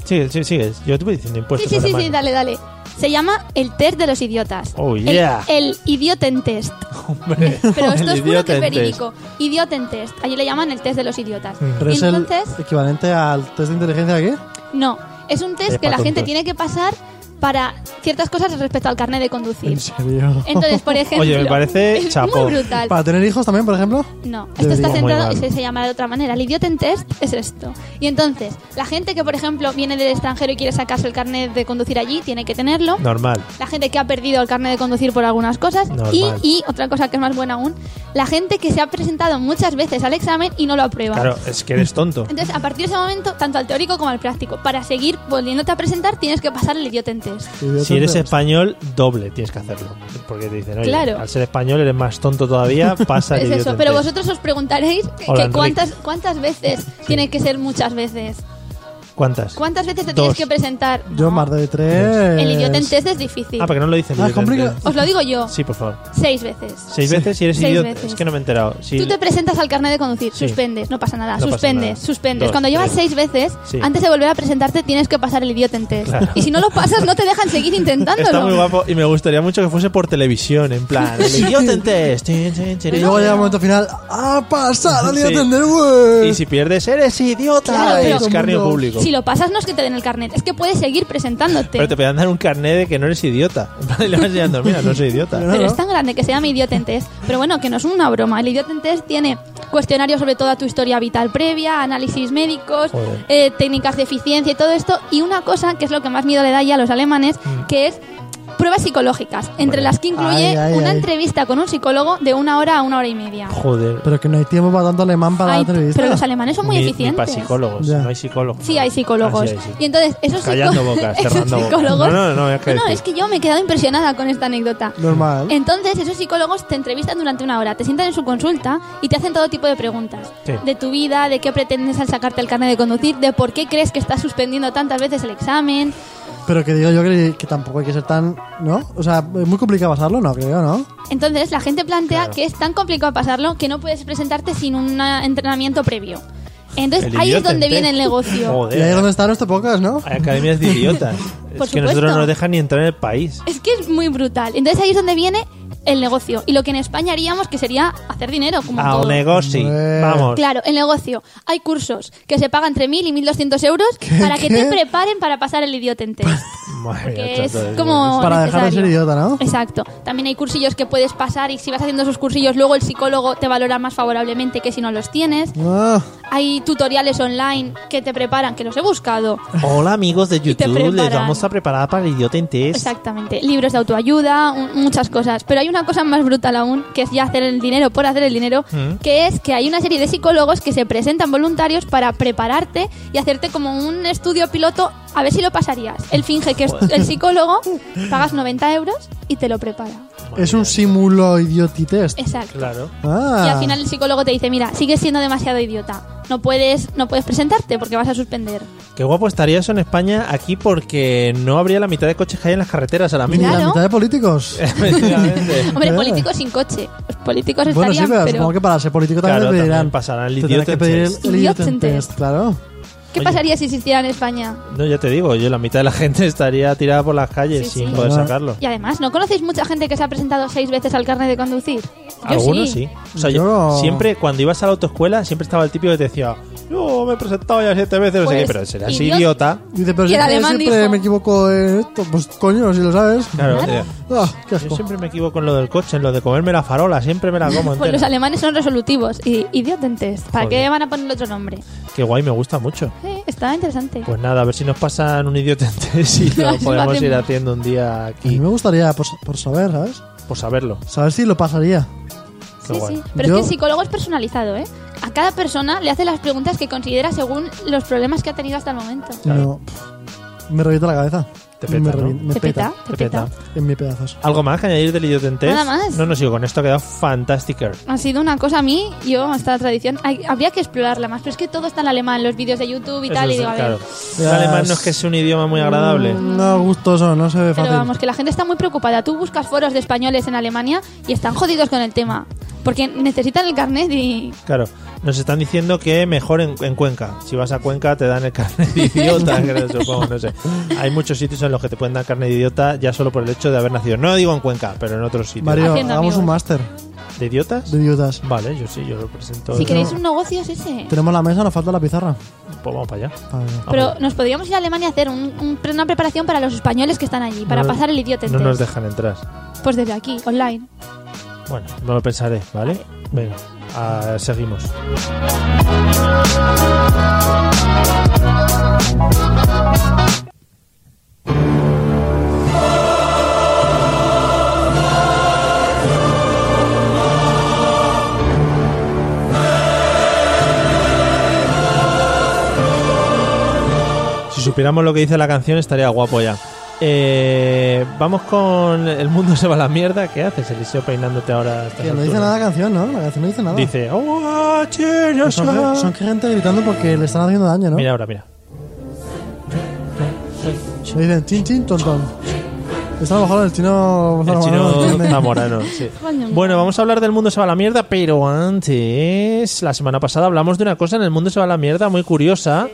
Sigue, sí, sigue. Yo te voy diciendo Sí, impuestos. sí, sí, sí, alemanes. dale, dale. Se llama el test de los idiotas. Oh, El- yeah. El, idioten test. Hombre. El Pero esto es juro que idiota es en test. Mm. verídico. Idioten test. Allí le llaman el test de los idiotas. Pero Y es el entonces, equivalente al test de inteligencia aquí. no. Es un test Es que pa' la gente tontos. tiene que pasar para ciertas cosas respecto al carnet de conducir. En serio. Entonces, por ejemplo. Oye, me parece es chapo. Muy brutal. ¿Para tener hijos también, por ejemplo? No, Debería. esto está Muy centrado, mal. se, se llamará de otra manera. El idioten test es esto. Y entonces, la gente que, por ejemplo, viene del extranjero y quiere sacarse el carnet de conducir allí, tiene que tenerlo. Normal. La gente que ha perdido el carnet de conducir por algunas cosas. Y, Normal. y otra cosa que es más buena aún, la gente que se ha presentado muchas veces al examen y no lo aprueba. Claro, es que eres tonto. Entonces, a partir de ese momento, tanto al teórico como al práctico, para seguir volviéndote a presentar, tienes que pasar el idioten test. Si eres español, doble tienes que hacerlo. Porque te dicen, oye, Claro. al ser español eres más tonto todavía, pasa el Es idiota eso, en pero test. vosotros os preguntaréis Hola, que- que Enrique. cuántas, cuántas veces tiene que ser muchas veces. ¿Cuántas? ¿Cuántas veces te Dos. tienes que presentar? Yo No. más de tres. El idiota en test es difícil. Ah, porque no lo dicen. Ah, idiota en complicado. test. Os lo digo yo, Sí, por favor. seis veces. Seis veces si eres Seis idiota. veces. Es que no me he enterado. Si- Tú te presentas al carnet de conducir, Sí. suspendes, no pasa nada, No pasa suspendes, nada. suspendes. Dos, Cuando llevas tres. seis veces, Sí. antes de volver a presentarte tienes que pasar el idiota en test. Claro. Y si no lo pasas, no te dejan seguir intentándolo. Está muy guapo y me gustaría mucho que fuese por televisión, en plan. El idiota en test. Tin, tin, tin, Y luego tin. llega el momento final. ¡Ah, pasado! ¡Al Sí. idiota del güey! Y si pierdes, eres idiota. Claro, pero- Escarnio Todo el público. Si lo pasas, no es que te den el carnet, es que puedes seguir presentándote. Pero te pueden dar un carnet de que no eres idiota. Y le vas enseñando, mira, no soy idiota. Pero Claro. es tan grande que se llama Idioten Test. Pero bueno, que no es una broma. El Idioten Test tiene cuestionarios sobre toda tu historia vital previa, análisis médicos, Joder. eh, técnicas de eficiencia y todo esto. Y una cosa que es lo que más miedo le da ya a los alemanes, Mm. que es pruebas psicológicas, Bueno. entre las que incluye Ay, ay, una ay. entrevista con un psicólogo de una hora a una hora y media. Joder. Pero que no hay tiempo para tanto alemán para Ay, la entrevista. pero los alemanes son muy ni, eficientes. para psicólogos. Ya. No hay psicólogos. Sí, hay psicólogos. Ah, sí, hay, sí. Y entonces, esos, Callando psicó- bocas, esos cerrando bocas. psicólogos. No, no, no, es que no, decir. es que yo me he quedado impresionada con esta anécdota. Normal. Entonces, esos psicólogos te entrevistan durante una hora, te sientan en su consulta y te hacen todo tipo de preguntas. Sí. De tu vida, de qué pretendes al sacarte el carnet de conducir, de por qué crees que estás suspendiendo tantas veces el examen. Pero que digo yo que, que tampoco hay que ser tan. ¿No? O sea, es muy complicado pasarlo, no creo, ¿no? Entonces, la gente plantea Claro. que es tan complicado pasarlo que no puedes presentarte sin un entrenamiento previo. Entonces, El ahí es idiota donde en viene test. el negocio. Y ahí es Joder. donde están nuestros pocas, ¿no? Hay academias de idiotas. Por es que nosotros no supuesto. nos dejan ni entrar en el país. es que es muy brutal. Entonces, ahí es donde viene el negocio. Y lo que en España haríamos que sería hacer dinero, como A todo. Ah, un negocio. Hombre. Vamos. Claro, el negocio. Hay cursos que se pagan entre 1.000 y 1.200 euros para que ¿Qué? te preparen para pasar el idioten test. Madre mía, que es chato, como Para dejar de necesario. ser idiota, ¿no? Exacto. También hay cursillos que puedes pasar y si vas haciendo esos cursillos luego el psicólogo te valora más favorablemente que si no los tienes. Ah, Hay tutoriales online que te preparan, que los he buscado. Hola amigos de te YouTube, les preparan. vamos a preparar para el idiota en test. Exactamente. Libros de autoayuda, un- muchas cosas. Pero hay una cosa más brutal aún, que es ya hacer el dinero por hacer el dinero, Mm. que es que hay una serie de psicólogos que se presentan voluntarios para prepararte y hacerte como un estudio piloto a ver si lo pasarías. Él finge que es el psicólogo, pagas 90 euros y te lo prepara. es un simulo idiotitest. Exacto. Claro. Ah. Y al final el psicólogo te dice, mira, sigues siendo demasiado idiota. No puedes, no puedes presentarte porque vas a suspender. Qué guapo estaría eso en España aquí porque no habría la mitad de coches que hay en las carreteras ahora Ni mismo. la Claro. mitad de políticos. Efectivamente. Hombre, Claro. políticos sin coche. Los políticos bueno, sí, estarían, pero, pero supongo que para ser político también Pues Claro, te también pedirán. pasarán el te tendrán que idiotentest. pedir el, el Idiotentest. idiotentest, claro. ¿qué Oye. pasaría si se hiciera en España? No, ya te digo, yo la mitad de la gente estaría tirada por las calles Sí, sin sí. poder Ah. sacarlo. Y además, ¿no conocéis mucha gente que se ha presentado seis veces al carnet de conducir? Yo Algunos sí. O sea, yo, Yo- siempre cuando ibas a la autoescuela siempre estaba el típico que te decía, yo me he presentado ya siete veces, no sé Pues, qué, pero serás idiota. idiota. Dice, pero Y el siempre, alemán siempre dijo- me equivoco en esto. Pues coño, si lo sabes. Claro, eh, Ah, qué yo asco. siempre me equivoco en lo del coche, en lo de comerme la farola, siempre me la como Pues entera. los alemanes son resolutivos y idiotentes. ¿Para Joder. qué van a poner otro nombre? Qué guay, me gusta mucho. Sí, está interesante. Pues nada, a ver si nos pasan un idiota antes y lo Lo podemos ir hacemos. haciendo un día A mí aquí me gustaría, por, por saber, ¿sabes? por saberlo. Saber si lo pasaría. Qué sí, guay. sí. Pero Yo- es que el psicólogo es personalizado, ¿eh? A cada persona le hace las preguntas que considera según los problemas que ha tenido hasta el momento. Claro. No. Me revienta la cabeza. Te peta, me, ¿no? revi- me ¿Te peta? Te ¿Te peta. peta? En mis pedazos. ¿Algo más que añadir del idiotentez? Nada más. No, no sigo con esto, ha quedado fantástica. Ha sido una cosa a mí, yo, esta tradición, hay- habría que explorarla más, pero es que todo está en alemán, los vídeos de YouTube y Eso tal, y es, digo, a ver. Mm. claro. El Las- alemán no es que sea un idioma muy agradable. No, gustoso, no se ve Pero fácil. vamos, que la gente está muy preocupada. Tú buscas foros de españoles en Alemania y están jodidos con el tema, porque necesitan el carnet y... Claro, nos están diciendo que mejor en, en Cuenca. Si vas a Cuenca te dan el carnet de idiota, creo, supongo, no sé. Hay muchos sitios en los que te pueden dar carnet de idiota ya solo por el hecho de haber nacido. No digo en Cuenca, pero en otros sitios. Mario, Haciendo hagamos un amigos. máster ¿De idiotas? de idiotas. Vale, yo sí, yo lo presento. Si queréis un negocio es ese. Tenemos la mesa, nos falta la pizarra. Pues vamos para allá. Para ver. Pero nos podríamos ir a Alemania a hacer un- un- una preparación para los españoles que están allí, para No- pasar el idiota. este. No nos dejan entrar. Pues desde aquí, online. Bueno, no lo pensaré, ¿vale? Venga, ah, seguimos. Si supiéramos lo que dice la canción estaría guapo ya. Eh, vamos con El mundo se va a la mierda. ¿Qué haces, Eliseo, peinándote ahora? a estas Que no dice alturas? nada la canción, ¿no? La canción no dice nada. Dice... "Oh, che, yo Son, soy-". ge- son gente gritando porque le están haciendo daño, ¿no? Mira ahora, mira. Le dicen chin chin ton ton. Esto a lo mejor el chino. El no, no chino entiende. zamorano, sí. Coño. Bueno, vamos a hablar del mundo se va a la mierda, pero antes, la semana pasada hablamos de una cosa en el mundo se va a la mierda muy curiosa,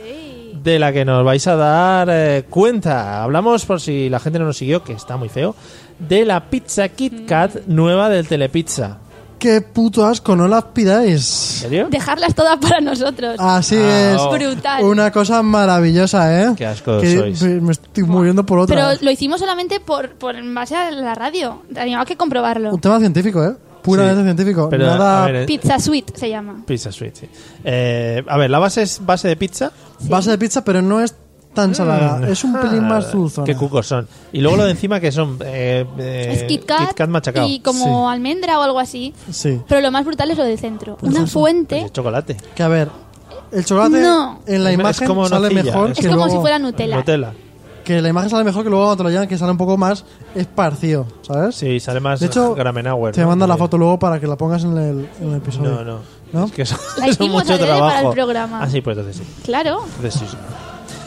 de la que nos vais a dar eh, cuenta. Hablamos, por si la gente no nos siguió, que está muy feo, de la pizza Mm. Kit Kat nueva del Telepizza. Qué puto asco, no las ¿En pidáis. serio? Dejarlas todas para nosotros. Así Ah, es. oh. Brutal. Una cosa maravillosa, ¿eh? Qué asco Que sois. Me me estoy muriendo por otra. Pero lo hicimos solamente por, por en base a la radio. Había que comprobarlo. Un tema científico, ¿eh? Puramente Sí. científico. Pero, Nada. a ver, eh, Pizza Suite se llama. Pizza Sweet, sí. Eh, a ver, la base es Mm. base de pizza. Base de pizza, pero no es tan salada. Ah, Es un pelín Ah, más dulzona. Qué cucos son. Y luego lo de encima que son eh, eh, es Kit Kat, machacado. y como almendra o algo así. Sí. Pero lo más brutal es lo del centro. Una fuente Pues es chocolate. Que a ver. El chocolate No. en la Es imagen como sale nocilla, mejor es que es como luego- si fuera Nutella. Nutella. Que la imagen sale mejor que luego cuando te lo llevan, que sale un poco más esparcido, ¿sabes? Sí, sale más De hecho, Gramenauer. te ¿no? manda la Sí. foto luego para que la pongas en el, en el episodio. No, no. ¿No? Es que eso, La eso es hicimos mucho adrede trabajo. para el programa. Ah, sí, pues entonces sí. Claro. Entonces sí. sí.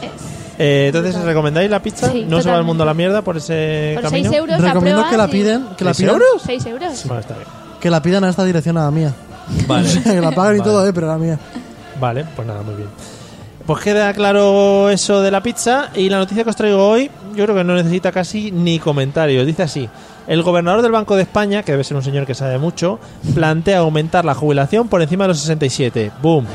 Es- Eh, entonces, ¿recomendáis la pizza? no Sí, se va totalmente. el mundo a la mierda por ese Por camino. 6 euros la Recomiendo pruebas que la y- piden, que la ¿Seis pidan, euros? Seis euros. Bueno, está bien. que la pidan a esta dirección a la mía. Vale. que la pagan y Vale. todo, eh, pero la mía. Vale, pues nada, muy bien. Pues queda claro eso de la pizza y la noticia que os traigo hoy yo creo que no necesita casi ni comentarios. Dice así, el gobernador del Banco de España, que debe ser un señor que sabe mucho, plantea aumentar la jubilación por encima de los 67. ¡Boom!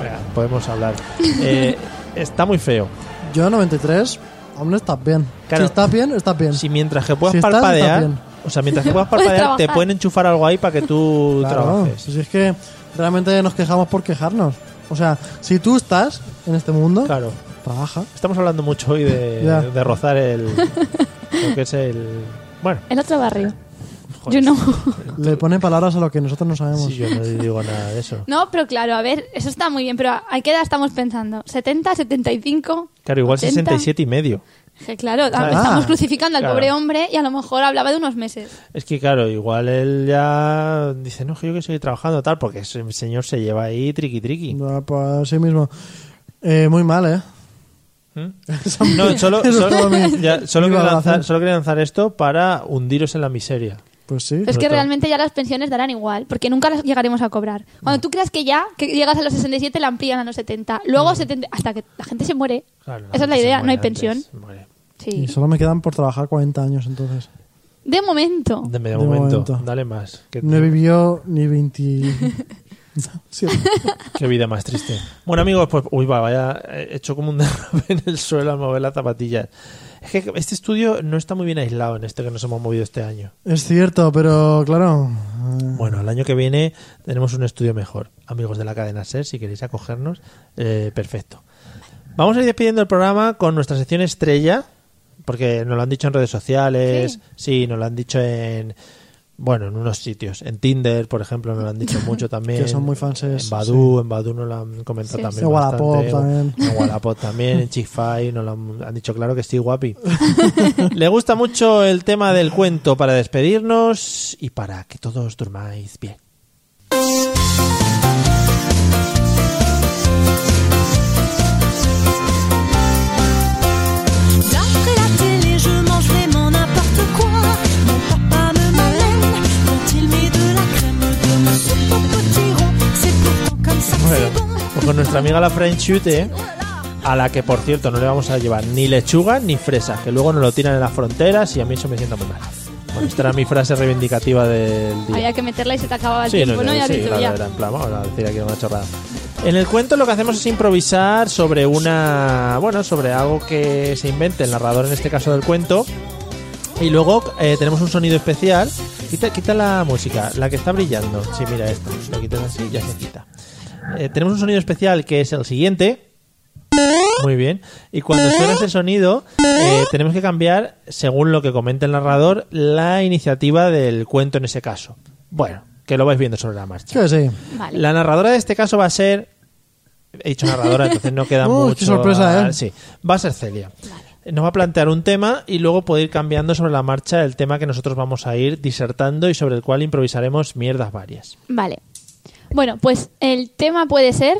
Venga, podemos hablar. Eh, está muy feo. Yo 93, aún estás bien. Claro. Si estás bien, estás bien. Si mientras que puedas Si estás, parpadear, estás bien. o sea, mientras que puedas Puedes parpadear, te trabajar. pueden enchufar algo ahí para que tú Claro, trabajes. si es que realmente nos quejamos por quejarnos. O sea, si tú estás en este mundo, Claro. trabaja. Estamos hablando mucho hoy de, Ya. de rozar el. lo que es el. Bueno, El otro barrio. Joder. Yo no. Le pone palabras a lo que nosotros no sabemos. sí, yo no digo nada de eso. No, pero claro, a ver, eso está muy bien, pero ¿a qué edad estamos pensando? ¿70, 75? Claro, igual 80? 67 y medio. Que claro, Claro. estamos crucificando al Claro. pobre hombre y a lo mejor hablaba de unos meses. Es que, claro, igual él ya dice, no, que yo que estoy trabajando tal, porque ese señor se lleva ahí triqui triqui. No, pues así mismo. Eh, muy mal, ¿eh? ¿Mm? No, solo, Eso es solo, todo mi- ya, solo mi quería lanzar, valoración. solo quería lanzar esto para hundiros en la miseria. Pues sí. Pero es que Brutal. realmente ya las pensiones darán igual, porque nunca las llegaremos a cobrar. Cuando tú creas que ya, que llegas a los 67, la amplían a los 70, luego 70, hasta que la gente se muere. Claro, Esa es la se idea, muere no hay antes, pensión. se muere. Sí. Y solo me quedan por trabajar 40 años entonces. De momento. De, de De momento, momento. dale más. Que- No he vivido ni 20. Sí. Qué vida más triste. Bueno, amigos, pues, uy, va, vaya, he hecho como un derrape en el suelo al mover las zapatillas. Es que este estudio no está muy bien aislado en este que nos hemos movido este año. Es cierto, pero claro. eh, Bueno, el año que viene tenemos un estudio mejor. Amigos de la cadena SER, si queréis acogernos, eh, perfecto. Vamos a ir despidiendo el programa con nuestra sección estrella, porque nos lo han dicho en redes sociales, sí, nos lo han dicho en... Bueno, en unos sitios. En Tinder, por ejemplo, nos lo han dicho mucho también. Que son muy fanses, En Badu, en Badu nos lo han comentado Sí, también. sí. En Wallapop bastante. también. En Wallapop también, en Chick-fil-A nos lo han, han dicho claro que sí, guapi. Le gusta mucho el tema del cuento para despedirnos y para que todos durmáis bien. D'après la télé, je mangerai mon n'importe quoi. Mon papa me m'emmène quand il met de la crème de mon soupe au potiron. C'est pourtant comme ça que Bueno, c'est bon. pues con nuestra amiga la Frenchute, ¿eh? a la que por cierto no le vamos a llevar ni lechuga ni fresas, que luego nos lo tiran en las fronteras y a mí eso me sienta muy mal. Bueno, esta era mi frase reivindicativa del día. Había que meterla y se te acababa el Sí, tiempo, ¿no? no, Ya sí, has dicho la ya. verdad, en plan, vamos a decir aquí una chorrada. En el cuento lo que hacemos es improvisar sobre una. Bueno, sobre algo que se invente el narrador, en este caso del cuento. Y luego eh, tenemos un sonido especial. Quita, quita la música, la que está brillando. Sí, mira esto. Lo quitas así ya se quita. Eh, tenemos un sonido especial que es el siguiente. Muy bien. Y cuando suena ese sonido, eh, tenemos que cambiar, según lo que comenta el narrador, la iniciativa del cuento en ese caso. Bueno, que lo vais viendo sobre la marcha. Que sí. Vale. La narradora de este caso va a ser. He dicho narradora, entonces no queda Uy, mucho. qué sorpresa, a- ¿eh? Sí, va a ser Celia. Nos va a plantear un tema y luego puede ir cambiando sobre la marcha el tema que nosotros vamos a ir disertando y sobre el cual improvisaremos mierdas varias. Vale. Bueno, pues el tema puede ser.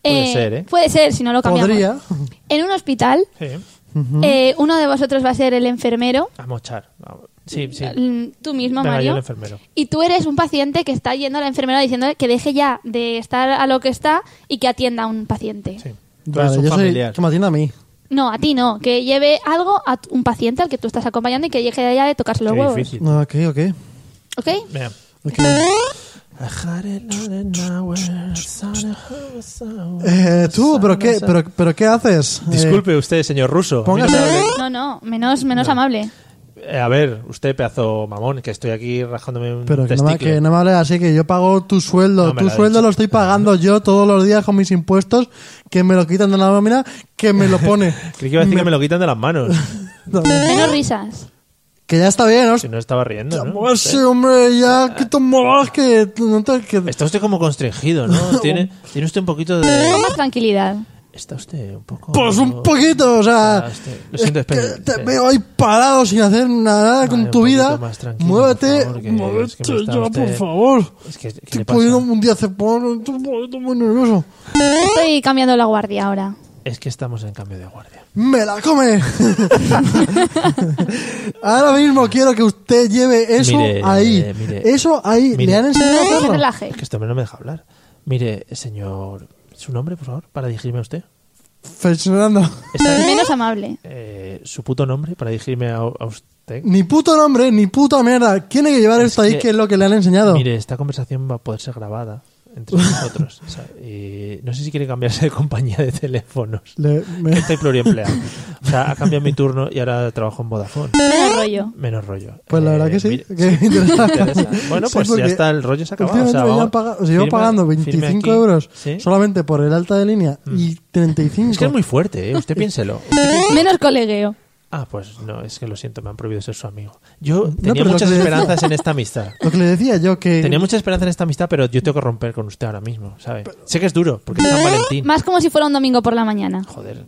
Puede ser, ¿eh? Puede ser, si no lo cambiamos. Podría. En un hospital, Sí. eh, uno de vosotros va a ser el enfermero. A mochar. A- Sí, sí. Mm, Tú mismo, Venga, Mario. yo el enfermero. Y tú eres un paciente que está yendo a la enfermera diciéndole que deje ya de estar a lo que está y que atienda a un paciente. sí. Tú eres Vale, un yo soy. familiar. Que me atienda a mí. No, a ti no. Que lleve algo a t- un paciente al que tú estás acompañando y que deje ya de tocarse los Qué huevos. difícil. Ah, Ok, ok. ¿Ok? Venga. Ok. Eh, tú, ¿pero qué, pero, pero qué haces? Eh, Disculpe usted, señor ruso. Póngase- No, no, menos, menos amable. Eh, a ver, usted pedazo mamón, que estoy aquí rajándome un pero que no, me, testículo. que no me hables así, que yo pago tu sueldo. No me tu lo ha sueldo dicho. lo estoy pagando yo todos los días con mis impuestos, que me lo quitan de la nómina, que me lo pone. Creí que iba a decir que me lo quitan de las manos. Menos risas. que ya está bien, ¿no? Si no estaba riendo, ¿no? Pues sí, hombre, ya, que tomas, que no te... que- Está usted como constringido, ¿no? Tiene, tiene usted un poquito Con de... más tranquilidad. Está usted un poco... Pues un poquito, o sea... Ah, usted- lo siento, es que espere, te espere. veo ahí parado sin hacer nada Vale, con un tu poquito vida. más tranquilo, Muévete, por favor, que- muévete es que me está ya, usted- por favor. Es que, ¿qué Que le he pasa? podido un día hace poco, estoy un poquito muy nervioso. Estoy cambiando la guardia ahora. Es que estamos en cambio de guardia. ¡Me la come! Ahora mismo quiero que usted lleve eso Mire, ahí. mire. eso ahí. Mire. ¿Le han enseñado a Que se hacerlo? relaje. Es que este hombre no me deja hablar. Mire, señor... ¿Su nombre, por favor? Para dirigirme a usted. Fernando. Está- Menos amable. eh, ¿Su puto nombre para dirigirme a, a usted? Ni puto nombre, ni puta mierda. Tiene que llevar esto ahí, que- que, es lo que le han enseñado. Mire, esta conversación va a poder ser grabada entre nosotros. o sea, y no sé si quiere cambiarse de compañía de teléfonos. Le- me- Estoy pluriempleado. O sea, ha cambiado mi turno y ahora trabajo en Vodafone. Menos rollo. Menos rollo. Pues la Eh, verdad que sí. mire, que me interesa. interesa. Bueno, Sí, pues ya porque está, el rollo se ha acabado. O últimamente sea, me vamos, llevan paga- o sea, llevo firme- pagando firme 25 aquí. euros ¿Sí? Mm. solamente por el alta de línea y 35. Es que es muy fuerte, ¿eh? Usted piénselo. Menos colegueo. Ah, pues no, es que lo siento, me han prohibido ser su amigo. Yo No, tenía pero lo muchas que- esperanzas en esta amistad. Lo que le decía yo que... Tenía mucha esperanza en esta amistad, pero yo tengo que romper con usted ahora mismo, ¿sabes? Sé que es duro, porque es San Ah, Valentín. Más como si fuera un domingo por la mañana. Joder.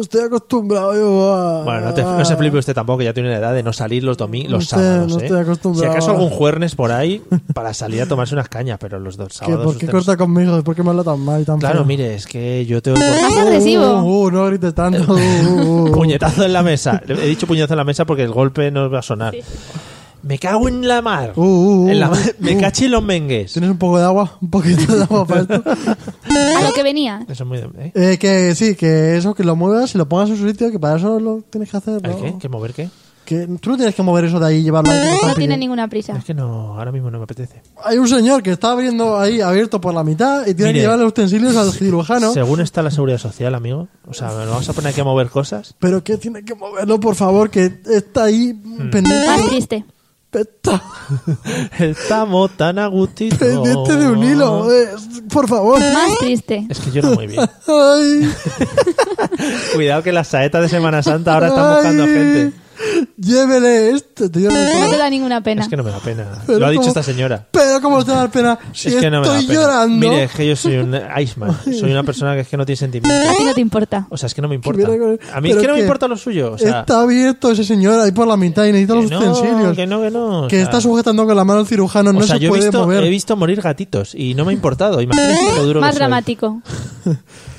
Estoy acostumbrado yo a... Bueno, no, te- no se flipe usted tampoco, que ya tiene la edad de no salir los domingos, los No sé, sábados, no ¿eh? estoy acostumbrado. Si acaso algún jueves por ahí para salir a tomarse unas cañas, pero los dos Que, sábados... ¿Por qué usted no- corta conmigo? ¿Por qué me habla tan mal y tan Claro, feo? mire, es que yo tengo... Más Uh, agresivo. Uh, uh, no grites tanto. uh, uh, uh. Puñetazo en la mesa. He dicho puñetazo en la mesa porque el golpe no va a sonar. Me cago en la mar. Uh, uh, uh, En la uh, mar. Me uh. caché en los mengues. ¿Tienes un poco de agua? ¿Un poquito de agua para esto? A lo que venía. Eso es muy... de- ¿eh? Eh, que sí, que eso, que lo muevas y lo pongas en su sitio, que para eso lo tienes que hacer. ¿El ¿no? qué? ¿Qué mover qué? Que tú no tienes que mover eso de ahí y llevarlo ahí. que lo están No tiene pidiendo. ninguna prisa. Es que no, ahora mismo no me apetece. Hay un señor que está abriendo ahí, abierto por la mitad, y tiene Mire. que llevar los utensilios al cirujano. Según está la seguridad social, amigo. O sea, ¿nos vamos a poner aquí a mover cosas? Pero que tiene que moverlo, por favor, que está ahí Hmm. Más pendiente. triste. Está Estamos tan a gustito. pendiente de un hilo, eh, por favor. Más triste. Es que yo no muy bien. Ay. Cuidado que las saetas de Semana Santa ahora están buscando Ay. gente. Llévele esto. Te digo, No te da ninguna pena. Es que no me da pena. pero Lo ha dicho como- esta señora. Pero cómo te da pena si es que no me da estoy pena. llorando. Mire, es que yo soy un Iceman. Soy una persona que es que no tiene sentimientos. A ti no te importa. O sea, es que no me Que importa. viene con- A mí es pero que no me importa lo suyo. O sea, está abierto ese señor ahí por la mitad y necesita que los no, utensilios. que no, que no. o que sea. está sujetando con la mano al cirujano, no o sea, se yo he puede visto, mover. he visto morir gatitos y no me ha importado. Imagínate lo duro que Más soy. dramático.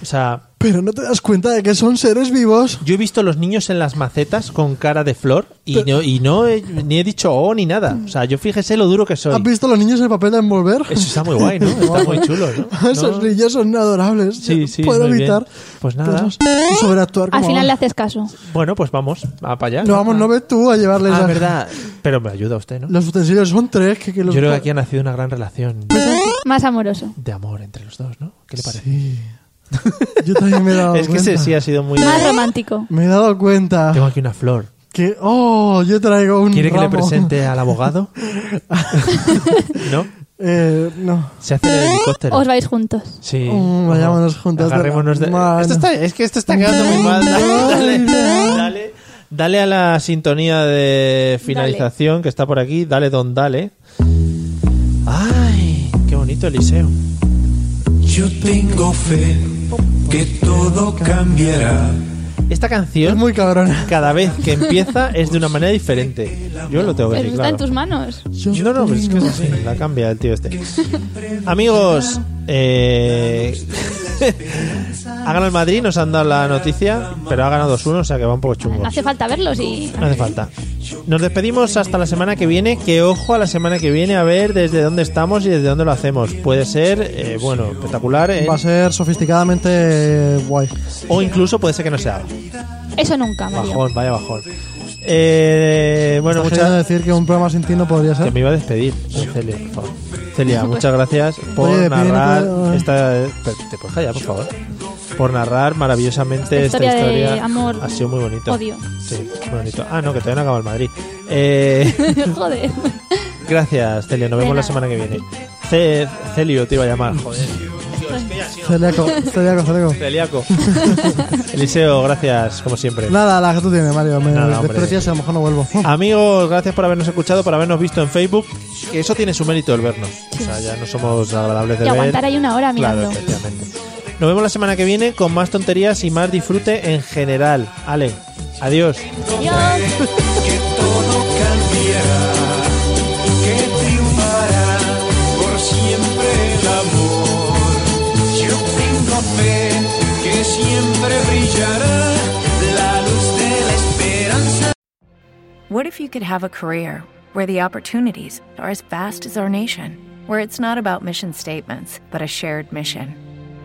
O sea, Pero no te das cuenta de que son seres vivos. yo he visto los niños en las macetas con cara de flor y no, y no he- ni he dicho oh ni nada. O sea, yo fíjese lo duro que soy. ¿Has visto a los niños en el papel de envolver? Eso está muy guay, ¿no? Está muy chulo, ¿no? Esos ¿No? niños son adorables. Sí, Yo sí, Puedo muy bien. evitar. Pues nada. verlos y sobreactuar Al como final le ahora. haces caso. Bueno, pues vamos, a para allá. No vamos, no ves tú a llevarles. Ah, a- verdad. Pero me ayuda usted, ¿no? Los utensilios son tres. Que, que los Yo creo que aquí ha nacido una gran relación Más amoroso. de amor entre los dos, ¿no? ¿Qué le parece? Sí. Yo también me he dado es que cuenta. ese sí ha sido muy... Más romántico. Me he dado cuenta Tengo aquí una flor. que. ¡Oh! Yo traigo un. ¿Quiere que le ramo. presente al abogado? ¿No? Eh, no. Se hace el helicóptero. Os vais juntos. Sí. Mm, vayámonos juntas de la Agarrémonos de... mano. Esto está- es que esto está quedando muy mal. Dale, Ay, dale, no. dale, dale a la sintonía de finalización que está por aquí. Dale, don, dale. Ay, qué bonito Eliseo. Yo tengo fe que todo cambiará. Esta Es canción, muy cabrona. cada vez que empieza, es de una manera diferente. Yo lo tengo que Pero decir, está Pues claro. en tus manos. Yo No, no, pues es que es así, la cambia el tío este. Amigos, eh, ha ganado el Madrid, nos han dado la noticia, pero ha ganado 2-1, o sea que va un poco chungo. No hace falta verlos y... No hace falta. Nos despedimos hasta la semana que viene. Que ojo a la semana que viene a ver desde dónde estamos y desde dónde lo hacemos. Puede ser, eh, bueno, espectacular eh, Va a ser sofisticadamente guay. o incluso puede ser que no se haga. Eso nunca, Mario. Bajón, vaya bajón. Eh, bueno, Está queriendo muchas decir que un programa sin ti no podría que ser. me iba a despedir, eh, Celia, por favor. Celia, muchas gracias por Oye, despide, no narrar puedo- esta. Te, te puedes callar, por favor. Por narrar maravillosamente Esta esta historia de historia. amor, ha sido muy bonito. odio. Sí, muy bonito. Ah, no, que todavía no acaba el Madrid. Eh. Joder. Gracias, Celia. Nos vemos la semana que viene. Ce- Celio te iba a llamar, joder. Celíaco, celíaco, celíaco. Celiaco. Eliseo, gracias, como siempre. Nada, la que tú tienes, Mario. Me Nada, hombre. desprecias y a lo mejor no vuelvo. Amigos, gracias por habernos escuchado, por habernos visto en Facebook. Que eso tiene su mérito el vernos. O sea, ya no somos agradables de Y ver. aguantar ahí una hora Claro, mirando. efectivamente. Nos vemos la semana que viene con más tonterías y más disfrute en general. Ale, adiós. Adiós. Que todo cambiará. Que triunfará por siempre el amor. Yo tengo fe que siempre brillará la luz de la esperanza. What if you could have a career where the opportunities are as vast as our nation, where it's not about mission statements, but a shared mission?